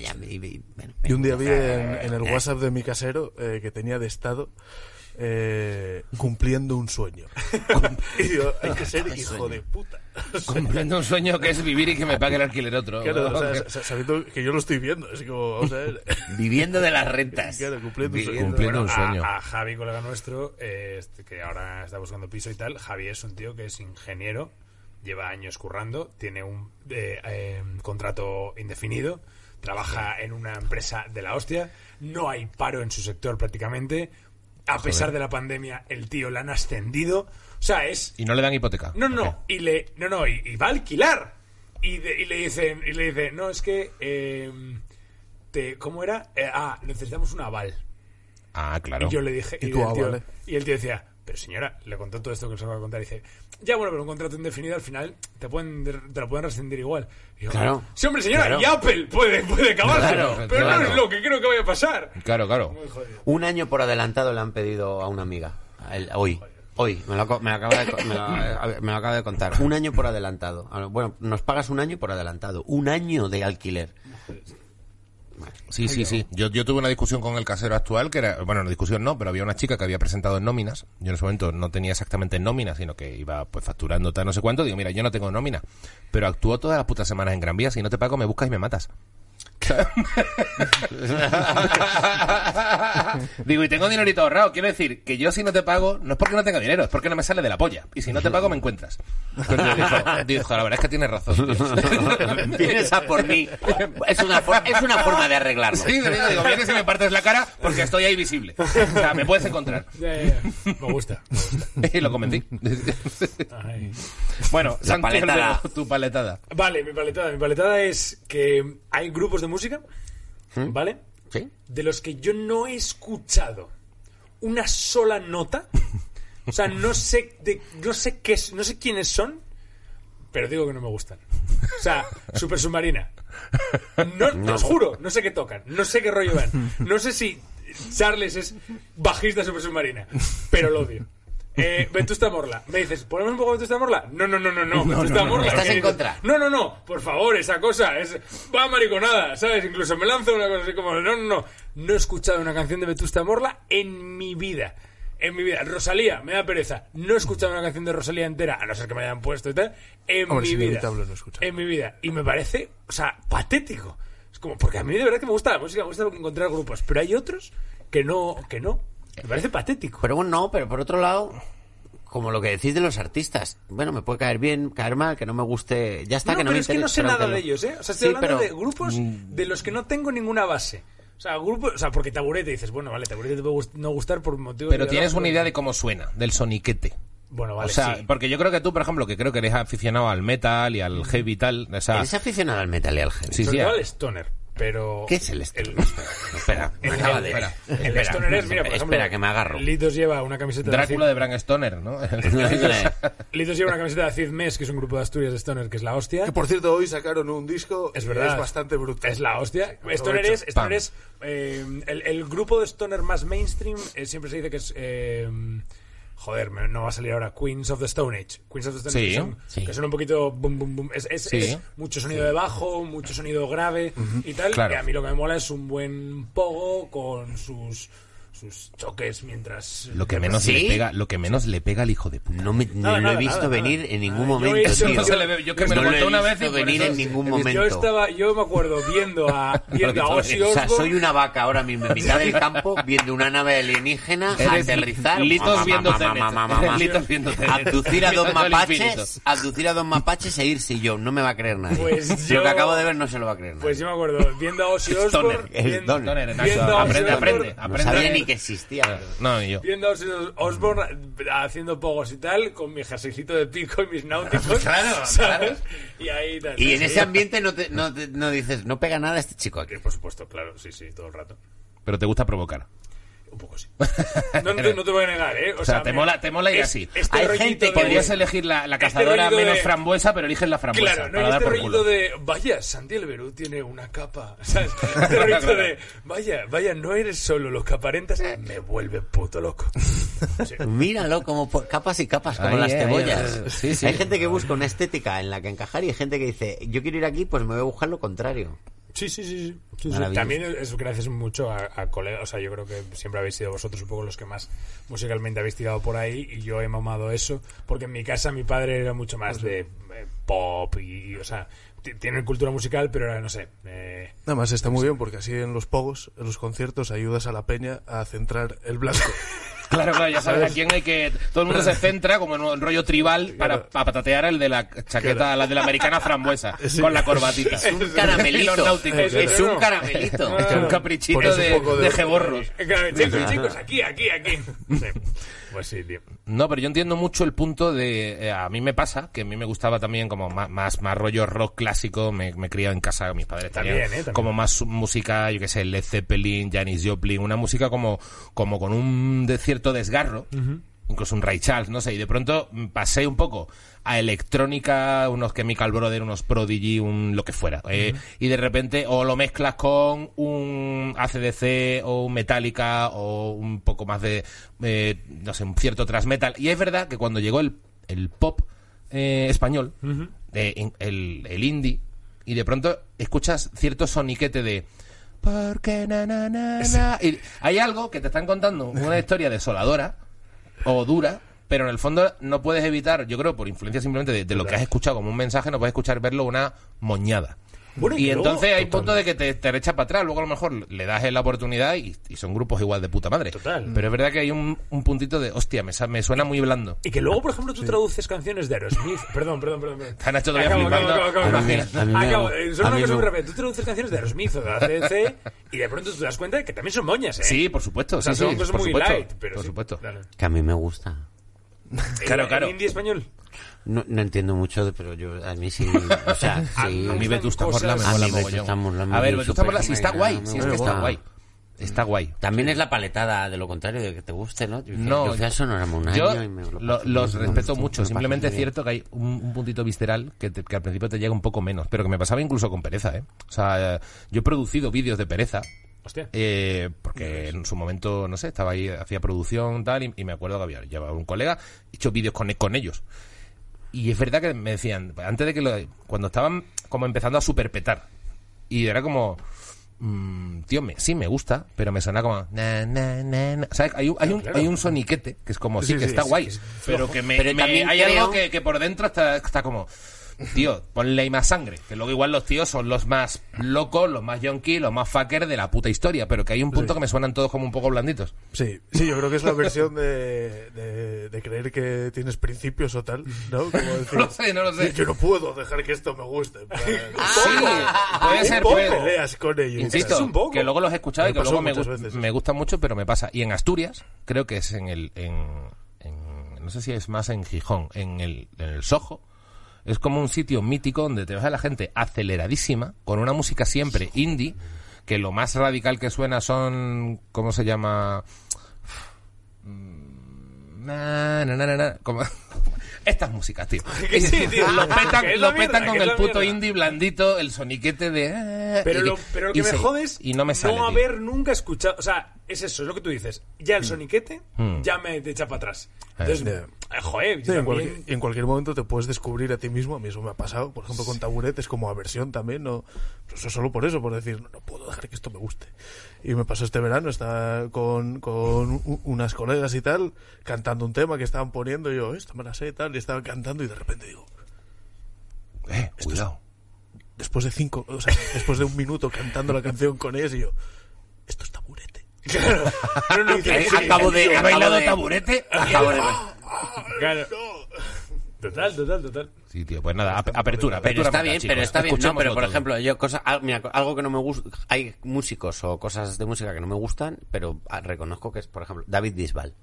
ya, ya, y- y- bueno, Y un día vi en, venga. en el WhatsApp de mi casero eh, que tenía de estado eh, cumpliendo (laughs) un sueño. y digo, hay que ser hijo de puta. Cumpliendo un sueño que es vivir y que me pague el alquiler otro. Claro, ¿no? o sea, sa- sabiendo que yo lo estoy viendo, así como, vamos a (laughs) ver. Viviendo de las rentas. Claro, cumpliendo un sueño. Cumpliendo un a- sueño. A, Javi, colega nuestro, eh, este, que ahora está buscando piso y tal, Javi es un tío que es ingeniero, lleva años currando, tiene un eh, eh, contrato indefinido, trabaja en una empresa de la hostia, no hay paro en su sector prácticamente, a pesar de la pandemia el tío la han ascendido, o sea, es... Y no le dan hipoteca. No, ¿Por no, y le, no, no, y, y va a alquilar. Y, de- y le dicen, y le dicen, no, es que, eh, te, ¿cómo era? Eh, ah, necesitamos un aval. qué? Ah, claro. Y yo le dije, Y y, tú, el ah, tío, vale. y el tío decía, pero señora, le contó todo esto que os acabo de contar. Y dice, ya bueno, pero un contrato indefinido al final te pueden te lo pueden rescindir igual. Y yo, Claro. Sí, hombre, señora, Claro. y Apple puede, puede acabarse, Claro, pero no es claro. lo que creo que vaya a pasar. Claro, claro. Muy jodido. Un año por adelantado le han pedido a una amiga. a él, hoy. Hoy, me lo, aco- me lo acaba de, co- me lo- a ver, me lo acaba de contar. Un año por adelantado. A lo- Bueno, nos pagas un año por adelantado. Un año de alquiler. Sí, sí, sí. Yo, yo tuve una discusión con el casero actual, que era, bueno, una discusión no, pero había una chica que había presentado en nóminas. Yo en ese momento no tenía exactamente nóminas, sino que iba pues facturando tal no sé cuánto. Digo, mira, yo no tengo nómina, pero actúo todas las putas semanas en Gran Vía. Si no te pago, me buscas y me matas. (laughs) Digo, y tengo dinerito ahorrado. Quiero decir que yo si no te pago, no es porque no tenga dinero, es porque no me sale de la polla. Y si no te pago, me encuentras. Entonces dijo, dijo, la verdad es que tienes razón. tío". (laughs) Vienes a por mí. Es una, for- es una forma de arreglarlo. Sí, te digo, digo, vienes y me partes la cara porque estoy ahí visible. O sea, me puedes encontrar. (laughs) Ya, ya, ya. Eh, Me gusta. me gusta. Y lo convencí. (laughs) Ay. Bueno, La Santi paletada. Alberto, tu paletada. Vale, mi paletada. Mi paletada es que hay grupos de música, ¿vale? ¿Sí? de los que yo no he escuchado una sola nota. O sea, no sé de, no sé qué es- no sé quiénes son, pero digo que no me gustan. O sea, Super Submarina. No, os juro, no sé qué tocan, no sé qué rollo van. No sé si Charles es bajista de Super Submarina, pero lo odio. Eh, Vetusta Morla. Me dices, ¿ponemos un poco Vetusta Morla? No, no, no, no, no. Vetusta Morla. Estás ¿qué en dices? contra. No, no, no. Por favor, esa cosa es. Va mariconada, ¿sabes? Incluso me lanzo una cosa así como. No, no, no. No he escuchado una canción de Vetusta Morla en mi vida. En mi vida. Rosalía, me da pereza. No he escuchado una canción de Rosalía entera, a no ser que me la hayan puesto y tal. En Hombre, mi es vida. inevitable no escuchar. En mi vida. Y me parece, o sea, patético. Es como, porque a mí de verdad que me gusta la música, me gusta encontrar grupos. Pero hay otros que no, que no. Me parece patético. Pero bueno, no, pero por otro lado, como lo que decís de los artistas, bueno, me puede caer bien, caer mal, que no me guste, ya está, No, que no pero me es que no interesa, sé pero nada aunque de lo- ellos, ¿eh? O sea, estoy Sí, pero- hablando mm. de grupos de los que no tengo ninguna base. O sea, grupo, o sea, porque taburete dices, bueno, vale, taburete te puede gust- no gustar por motivo Pero tienes una idea de cómo suena, del soniquete. Bueno, O vale, sea, sí. porque yo creo que tú, por ejemplo, que creo que eres aficionado al metal y al heavy y tal, o sea, ¿Eres aficionado al metal y al heavy? Sí, Sobre sí, todo eh. el stoner, pero... ¿Qué es el (laughs) stoner? (laughs) Espera, me El- acaba el- de... espera, el Espera, stoner es, mira, por espera, ejemplo, que me agarro. Litos lleva una camiseta Drácula de... de Bram Stoner, (laughs) ¿no? (laughs) Hombre, Cid- Litos lleva una camiseta de Cid Mes, que es un grupo de Asturias de stoner, que es la hostia. Que por cierto, hoy sacaron un disco Es y verdad. es bastante brutal. Es la hostia. Sí, Stoner aprovecho. es, Stoner es, eh, el, el grupo de Stoner más mainstream. eh, siempre se dice que es. eh, joder, me- no va a salir ahora. Queens of the Stone Age. Queens of the Stone Age. Sí, que son, sí. que son un poquito. Boom, boom, boom. Es, es- Sí. es mucho sonido de bajo, mucho sonido grave y tal. Claro. Y a mí lo que me mola es un buen pogo con sus sus choques mientras Lo que menos ¿Sí? le pega, lo que menos le pega al hijo de puta. No, me, no Nada, lo nada, he visto nada, venir nada. en Ah, ningún Nada, yo momento, eso tío. no se le ve- yo que me no lo contó he una visto vez y por venir eso en sí. ningún yo momento. estaba yo me acuerdo viendo a viendo a Ozzy O sea, Osbourne. soy una vaca ahora mismo en mitad (laughs) del campo viendo una nave alienígena Eres aterrizar. Litos Ma, ma, ma, viendo ma, Tenet. ma, ma, ma, ma. Eres Litos viendo Tenet. Abducir a dos Mirando al infinito. mapaches, abducir a dos mapaches e irse yo. No me va a creer nadie. Pues yo- Lo que acabo de ver no se lo va a creer nadie. Pues yo me acuerdo, viendo a Ozzy Osbourne... Stoner, el viendo- Stoner. Stoner, exacto. viendo a Ozzy Aprende, Osbourne- aprende. no aprende. sabía ni que existía. No, ni yo. Viendo a Ozzy Osbourne haciendo pogos y tal, con mi jerseycito de pico y mis náuticos. (laughs) Claro, ¿sabes? Y ahí tal. Y en Sí, ese ambiente no, te- no, te- no dices, no pega nada este chico aquí. sí, Por supuesto, claro, sí, sí, todo el rato. Pero te gusta provocar. Un poco (laughs) sí. No, no te, no te voy a negar, ¿eh? O sea, te me- mola- te mola ir es- así. este Hay rollito gente de- que Podrías elegir la, la Este cazadora rollo de- menos frambuesa, pero eliges la frambuesa. Claro, no para hay dar este por rollito culo. de vaya, Santi el Berú tiene una capa. (laughs) ¿Sabes? Este rollito de vaya, vaya, no eres solo los que aparentas, Eh. me vuelve puto loco. Sí. Míralo como por capas y capas, como Ahí, las eh, ahí, cebollas. eh, sí, sí. Hay gente que busca una estética en la que encajar y hay gente que dice, yo quiero ir aquí, pues me voy a buscar lo contrario. Sí, sí, sí. sí. Sí, sí. Maravilloso. También es gracias mucho a, a colegas. O sea, yo creo que siempre habéis sido vosotros un poco los que más musicalmente habéis tirado por ahí y yo he mamado eso. Porque en mi casa mi padre era mucho más de eh, pop y, o sea, t- tienen cultura musical, pero era, no sé. eh, Nada más está muy bien porque así en los pogos, en los conciertos, ayudas a la peña a centrar (laughs) el blanco. Claro, claro, ya sabes a quién hay que. Todo el mundo se centra como en un rollo tribal para, para patatear el de la chaqueta, la de la americana frambuesa, Sí. con la (laughs) corbatita. (laughs) Es un caramelito. Y los náuticos, Eso es no. un caramelito. Es un Pones caprichito un de, poco de- de geborros. eh, (laughs) claro, (laughs) chicos, chicos, aquí, aquí, aquí. Sí. Pues sí, tío. No, pero yo entiendo mucho el punto de... eh, a mí me pasa, que a mí me gustaba también como ma- más, más, rollo rock clásico, me, me criaba en casa, mis padres También, tenían eh, también. como más su- música, yo qué sé, Led Zeppelin, Janis Joplin, una música como, como con un de cierto desgarro, incluso un Ray Charles, no sé, y de pronto mm, pasé un poco a electrónica, unos Chemical Brother, unos Prodigy, un lo que fuera, eh, y de repente o lo mezclas con un ACDC o un Metallica o un poco más de, eh, no sé, un cierto thrash metal, y es verdad que cuando llegó el, el pop eh, español, de in- el, el indie, y de pronto escuchas cierto soniquete de... Porque na, na, na, na. Y hay algo que te están contando, una historia desoladora o dura, pero en el fondo no puedes evitar, yo creo, por influencia simplemente de, de lo que has escuchado como un mensaje, no puedes escuchar verlo una moñada. Bueno, y que luego- entonces hay punto de que te, te echas para atrás, luego a lo mejor le das la oportunidad y, y son grupos igual de puta madre. Total. Pero es verdad que hay un, un puntito de, hostia, me, sa- me suena muy blando. Y que luego, por ejemplo, tú traduces canciones de Aerosmith. Perdón, perdón, perdón. perdón. Está Nacho todavía acabo, flipando. acabo, acabo, acabo. A mí me- a mí me- Acabo. Eh, Solo a una mí cosa me- muy rápida. Tú traduces canciones de Aerosmith o de ACDC y de pronto tú te das cuenta de que también son moñas, ¿eh? Sí, por supuesto. O sea, sí, son sí, cosas por muy supuesto, light, pero por sí. supuesto. Dale. Que a mí me gusta. Claro, ¿En- claro. ¿En indie español? No, no entiendo mucho, de- pero yo a mí sí. O sea, A sí. (laughs) A mí Vetusta Cosas- Morla me A mola mí Vetusta mogollón. Morla me A ver, gusta, Vetusta Morla sí me- está guay. me Sí, es que gusta. está guay. Está guay. También es la paletada de lo contrario, de que te guste, ¿no? Yo, No, yo fui a Sonora un yo año y me lo lo- pasé los bien, respeto me lo mucho. pasé Simplemente es bien. cierto que hay un, un puntito visceral que, te- que al principio te llega un poco menos, pero que me pasaba incluso con pereza, ¿eh? O sea, eh, yo he producido vídeos de pereza Hostia. eh, porque en su momento, no sé, estaba ahí, hacía producción tal, y, y me acuerdo que había llevado un colega, hecho vídeos con, con ellos. Y es verdad que me decían, antes de que lo. Cuando estaban como empezando a superpetar, y era como. mm, tío, me, sí me gusta, pero me suena como. na, na, na, na. O sea, hay, un- hay un, hay un soniquete que es como, sí, Sí, que sí, está sí, guay, pero que me. Pero me- también hay creo- algo que, que por dentro está, está como. Tío, ponle ahí más sangre. Que luego igual los tíos son los más locos, los más yonki, los más fucker de la puta historia. Pero que hay un punto que me suenan todos como un poco blanditos. Sí, sí, yo creo que es la versión de, de, de creer que tienes principios o tal, ¿no? Como (laughs) decir, No lo sé, no lo sé. Yo no puedo dejar que esto (laughs) me guste. Sí, puede ser, puede. peleas con ello. y Insisto, tal. un poco. que luego los he escuchado Me y que pasó luego me, muchas gust- veces. me gusta mucho, pero me pasa. Y en Asturias, creo que es en el. En, en- no sé si es más en Gijón, en el, en el Sojo. Es como un sitio mítico donde te vas a la gente aceleradísima, con una música siempre indie, que lo más radical que suena son. ¿Cómo se llama? Mm, Na, na, na, na, na, como- (laughs) Estas músicas, tío. Que sí, tío. Lo (laughs) petan, Que es la lo petan mierda, con que es el la puto mierda. indie blandito, el soniquete de. Pero y- lo, pero lo que y me se- jode es y no me sale, tío. Mm. haber nunca escuchado. O sea, es eso, es lo que tú dices. Ya el soniquete ya me te echa para atrás. Entonces, eh, joder, yo Sí, también- en, cualquier, en cualquier momento te puedes descubrir a ti mismo. A mí eso me ha pasado, por ejemplo, con taburetes como aversión también. No, Pues eso solo por eso, por decir, no, no puedo dejar que esto me guste. Y me pasó este verano, estaba con, con u- unas colegas y tal, cantando un tema que estaban poniendo. Y yo, esto me la sé y tal, y estaban cantando. Y de repente digo, Eh, cuidado. después de cinco, o sea, después de un minuto cantando la canción con ellos, y yo, esto es taburete. (laughs) Claro. No, no, que- Eh, sí, acabo de- ¿Ha acabo bailado de- taburete? Acabo de- claro. Total, total, total. Sí, tío, pues nada, ap- apertura, apertura. Pero está mental, bien, chicos. pero está bien. No, Escuchémoslo pero por todo. ejemplo, yo cosa, al- mira, algo que no me gusta, hay músicos o cosas de música que no me gustan, pero ah, reconozco que es, por ejemplo, David Bisbal.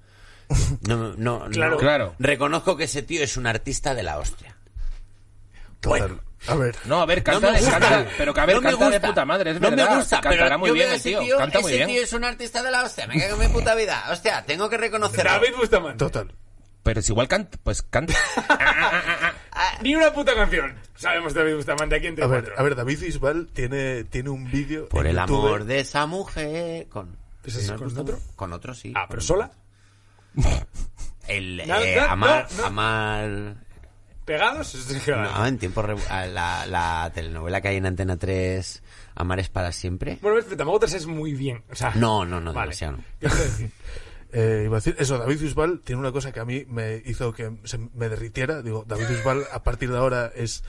(laughs) No, no, no. Claro. Claro. Reconozco que ese tío es un artista de la hostia. Bueno, A ver. No, a ver, No canta, me gusta. canta, pero que a ver, No me canta de gusta. puta madre, es no verdad, me gusta, cantará pero muy yo bien veo a el ese tío, tío, canta muy ese bien. tío es un artista de la hostia, me cago en mi puta vida. Hostia, tengo que reconocerlo. David Bustamante. Total. Pero si igual canta, pues canta. Ni una puta canción. Sabemos David Bustamante aquí entre A ver, cuatro. a ver, David Bisbal tiene, tiene un vídeo. Por en el YouTube. amor de esa mujer. Con, ¿Ese es ¿no con es otro? Con otro sí. Ah, pero sola. El No, eh, no, amar, no, no. amar. ¿Pegados? Es que- No, en tiempo. revu- ah, La, la telenovela que hay en Antena 3, Amar es para siempre. Bueno, ves, pero tampoco te es muy bien. O sea, No, no, no, vale. demasiado no. (laughs) ¿Qué quiero decir? Eh, iba a decir, eso, David Bisbal tiene una cosa que a mí me hizo que se me derritiera. Digo, David Bisbal a partir de ahora es,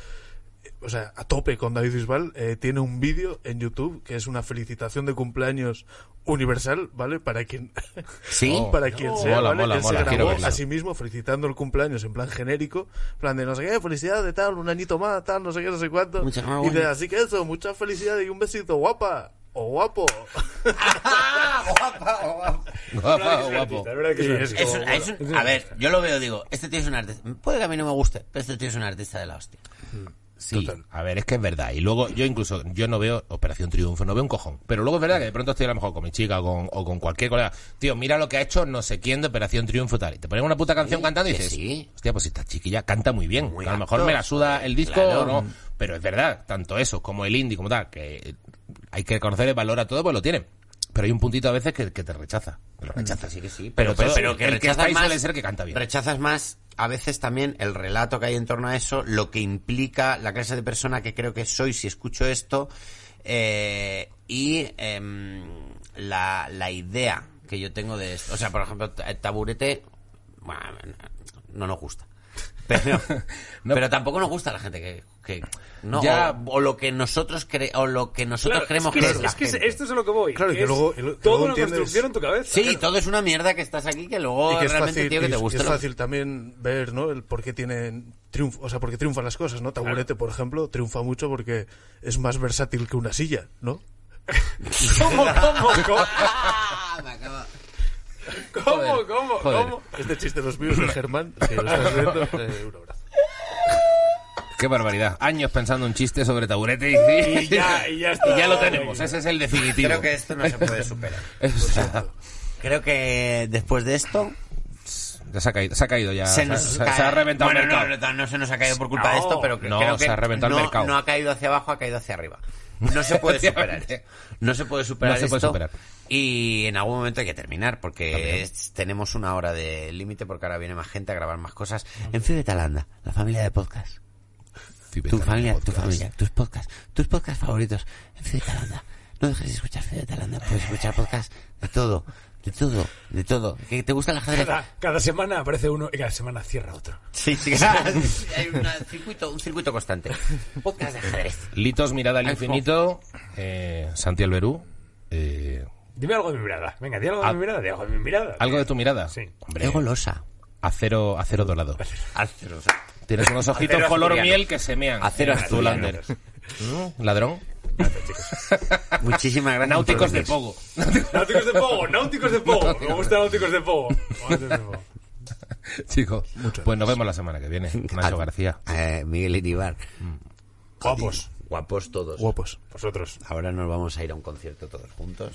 eh, o sea, a tope con David Bisbal. Eh, tiene un vídeo en YouTube que es una felicitación de cumpleaños universal, ¿vale? Para quien, (laughs) Sí. Oh. (laughs) para quien sea, Mola, ¿vale? mola, Él mola, se quiero grabó verlo. a sí mismo felicitando el cumpleaños en plan genérico, en plan de no sé qué, felicidad de tal, un añito más, tal, no sé qué, no sé cuánto. Muchas y gracias. de, así que eso, mucha felicidad y un besito, guapa. O guapo. Ah, guapa, guapa. David guapo, es un guapo. artista, la (laughs) verdad que es un Sí, es artista. Es un- es un- a ver, yo lo veo, digo, este tío es un artista. Puede que a mí no me guste, pero este tío es un artista de la hostia. Sí, a ver, es que es verdad. Y luego yo incluso, yo no veo Operación Triunfo, no veo un cojón. Pero luego es verdad que de pronto estoy a lo mejor con mi chica o con, o con cualquier colega. Tío, mira lo que ha hecho no sé quién de Operación Triunfo tal. Y te ponen una puta canción Sí, cantando y que dices, sí. hostia, pues esta chiquilla canta muy bien. Muy a lo mejor apto, me la suda el disco claro. o no. Pero es verdad, tanto eso como el indie como tal, que hay que reconocer el valor a todo, pues lo tienen. Pero hay un puntito a veces que, que te rechaza. Que lo rechaza, Así que sí, Pero, pero, que el que rechazas está ahí más- suele ser que canta bien. Rechazas más a veces también el relato que hay en torno a eso, lo que implica la clase de persona que creo que soy si escucho esto eh, y em, la, la idea que yo tengo de esto. O sea, por ejemplo, t- taburete, bueno, no nos (laughs) gusta. Pero, No. pero tampoco nos gusta la gente que, que- no Ya. o, o lo que nosotros cre- o lo que nosotros Claro, creemos es que, que es la es que gente. esto es a lo que voy. Claro, y que es luego- y lo- toda luego una entiendes- construcción en tu cabeza. Sí, todo es una mierda que estás aquí que luego y que es realmente fácil, tío que y te es- y gusta. es lo- fácil también ver no el por qué tienen triunfo o sea por qué triunfan las cosas no taburete por ejemplo triunfa mucho porque es más versátil que una silla (laughs) no ¿Cómo, cómo, (laughs) cómo? Ah, (laughs) me acabo- (laughs) ¿Cómo, cómo, joder. cómo? este chiste de los vivos de Germán si lo estás (laughs) viendo eh, un abrazo Qué barbaridad. Años pensando un chiste sobre taburete y, Y ya- y ya está. (laughs) Y lo tenemos. Ese es el definitivo. Creo (laughs) que esto no se puede superar. Es- Creo que después de esto ya se ha caído, Ah, se ha caído ya. se nos cae- se ha reventado Bueno, el mercado. No, no, no se nos ha caído por culpa de No, esto, pero no, creo que se ha reventado el no- mercado. no ha caído hacia abajo, ha caído hacia arriba. No se (laughs) puede superar. Efectivamente. No se puede superar No se puede esto. superar. Y en algún momento hay que terminar, También. porque es- tenemos una hora de límite, porque ahora viene más gente a grabar más cosas. En fin, Talanda, la familia de podcast. Tu familia, tu familia, tus podcasts, tus podcasts favoritos en Fidel Talanda. No dejes de escuchar Fidel Talanda, puedes escuchar podcasts de todo, de todo, de todo. ¿Que te gusta el (laughs) ajedrez? Cada, cada semana aparece uno y cada semana cierra otro. Ah, Sí, sí, (laughs) hay un circuito, un circuito constante. Podcast de ajedrez. Litos, mirada al infinito. Eh, Santi Alberú. Eh, Dime algo de mi mirada. Venga, di algo de Ah. mi mirada, di algo de mi mirada. ¿Algo de tu mirada? Sí. Qué Hombre, golosa. acero, acero dorado. Acero, Tienes unos ojitos Acero color asturiano. miel que semean. Acero Eh, asturiano. Zulander. ¿Mm? ¿Ladrón? Muchísimas gracias. Náuticos por de venir. pogo. Náuticos de Pogo, náuticos de Pogo. Me gustan náuticos de Pogo. Náuticos de Pogo. Chicos, pues nos vemos la semana (laughs) que viene. Nacho Ad- García. eh, Miguel Iribar. Guapos, Guapos todos. guapos vosotros. Ahora nos vamos a ir a un concierto todos juntos.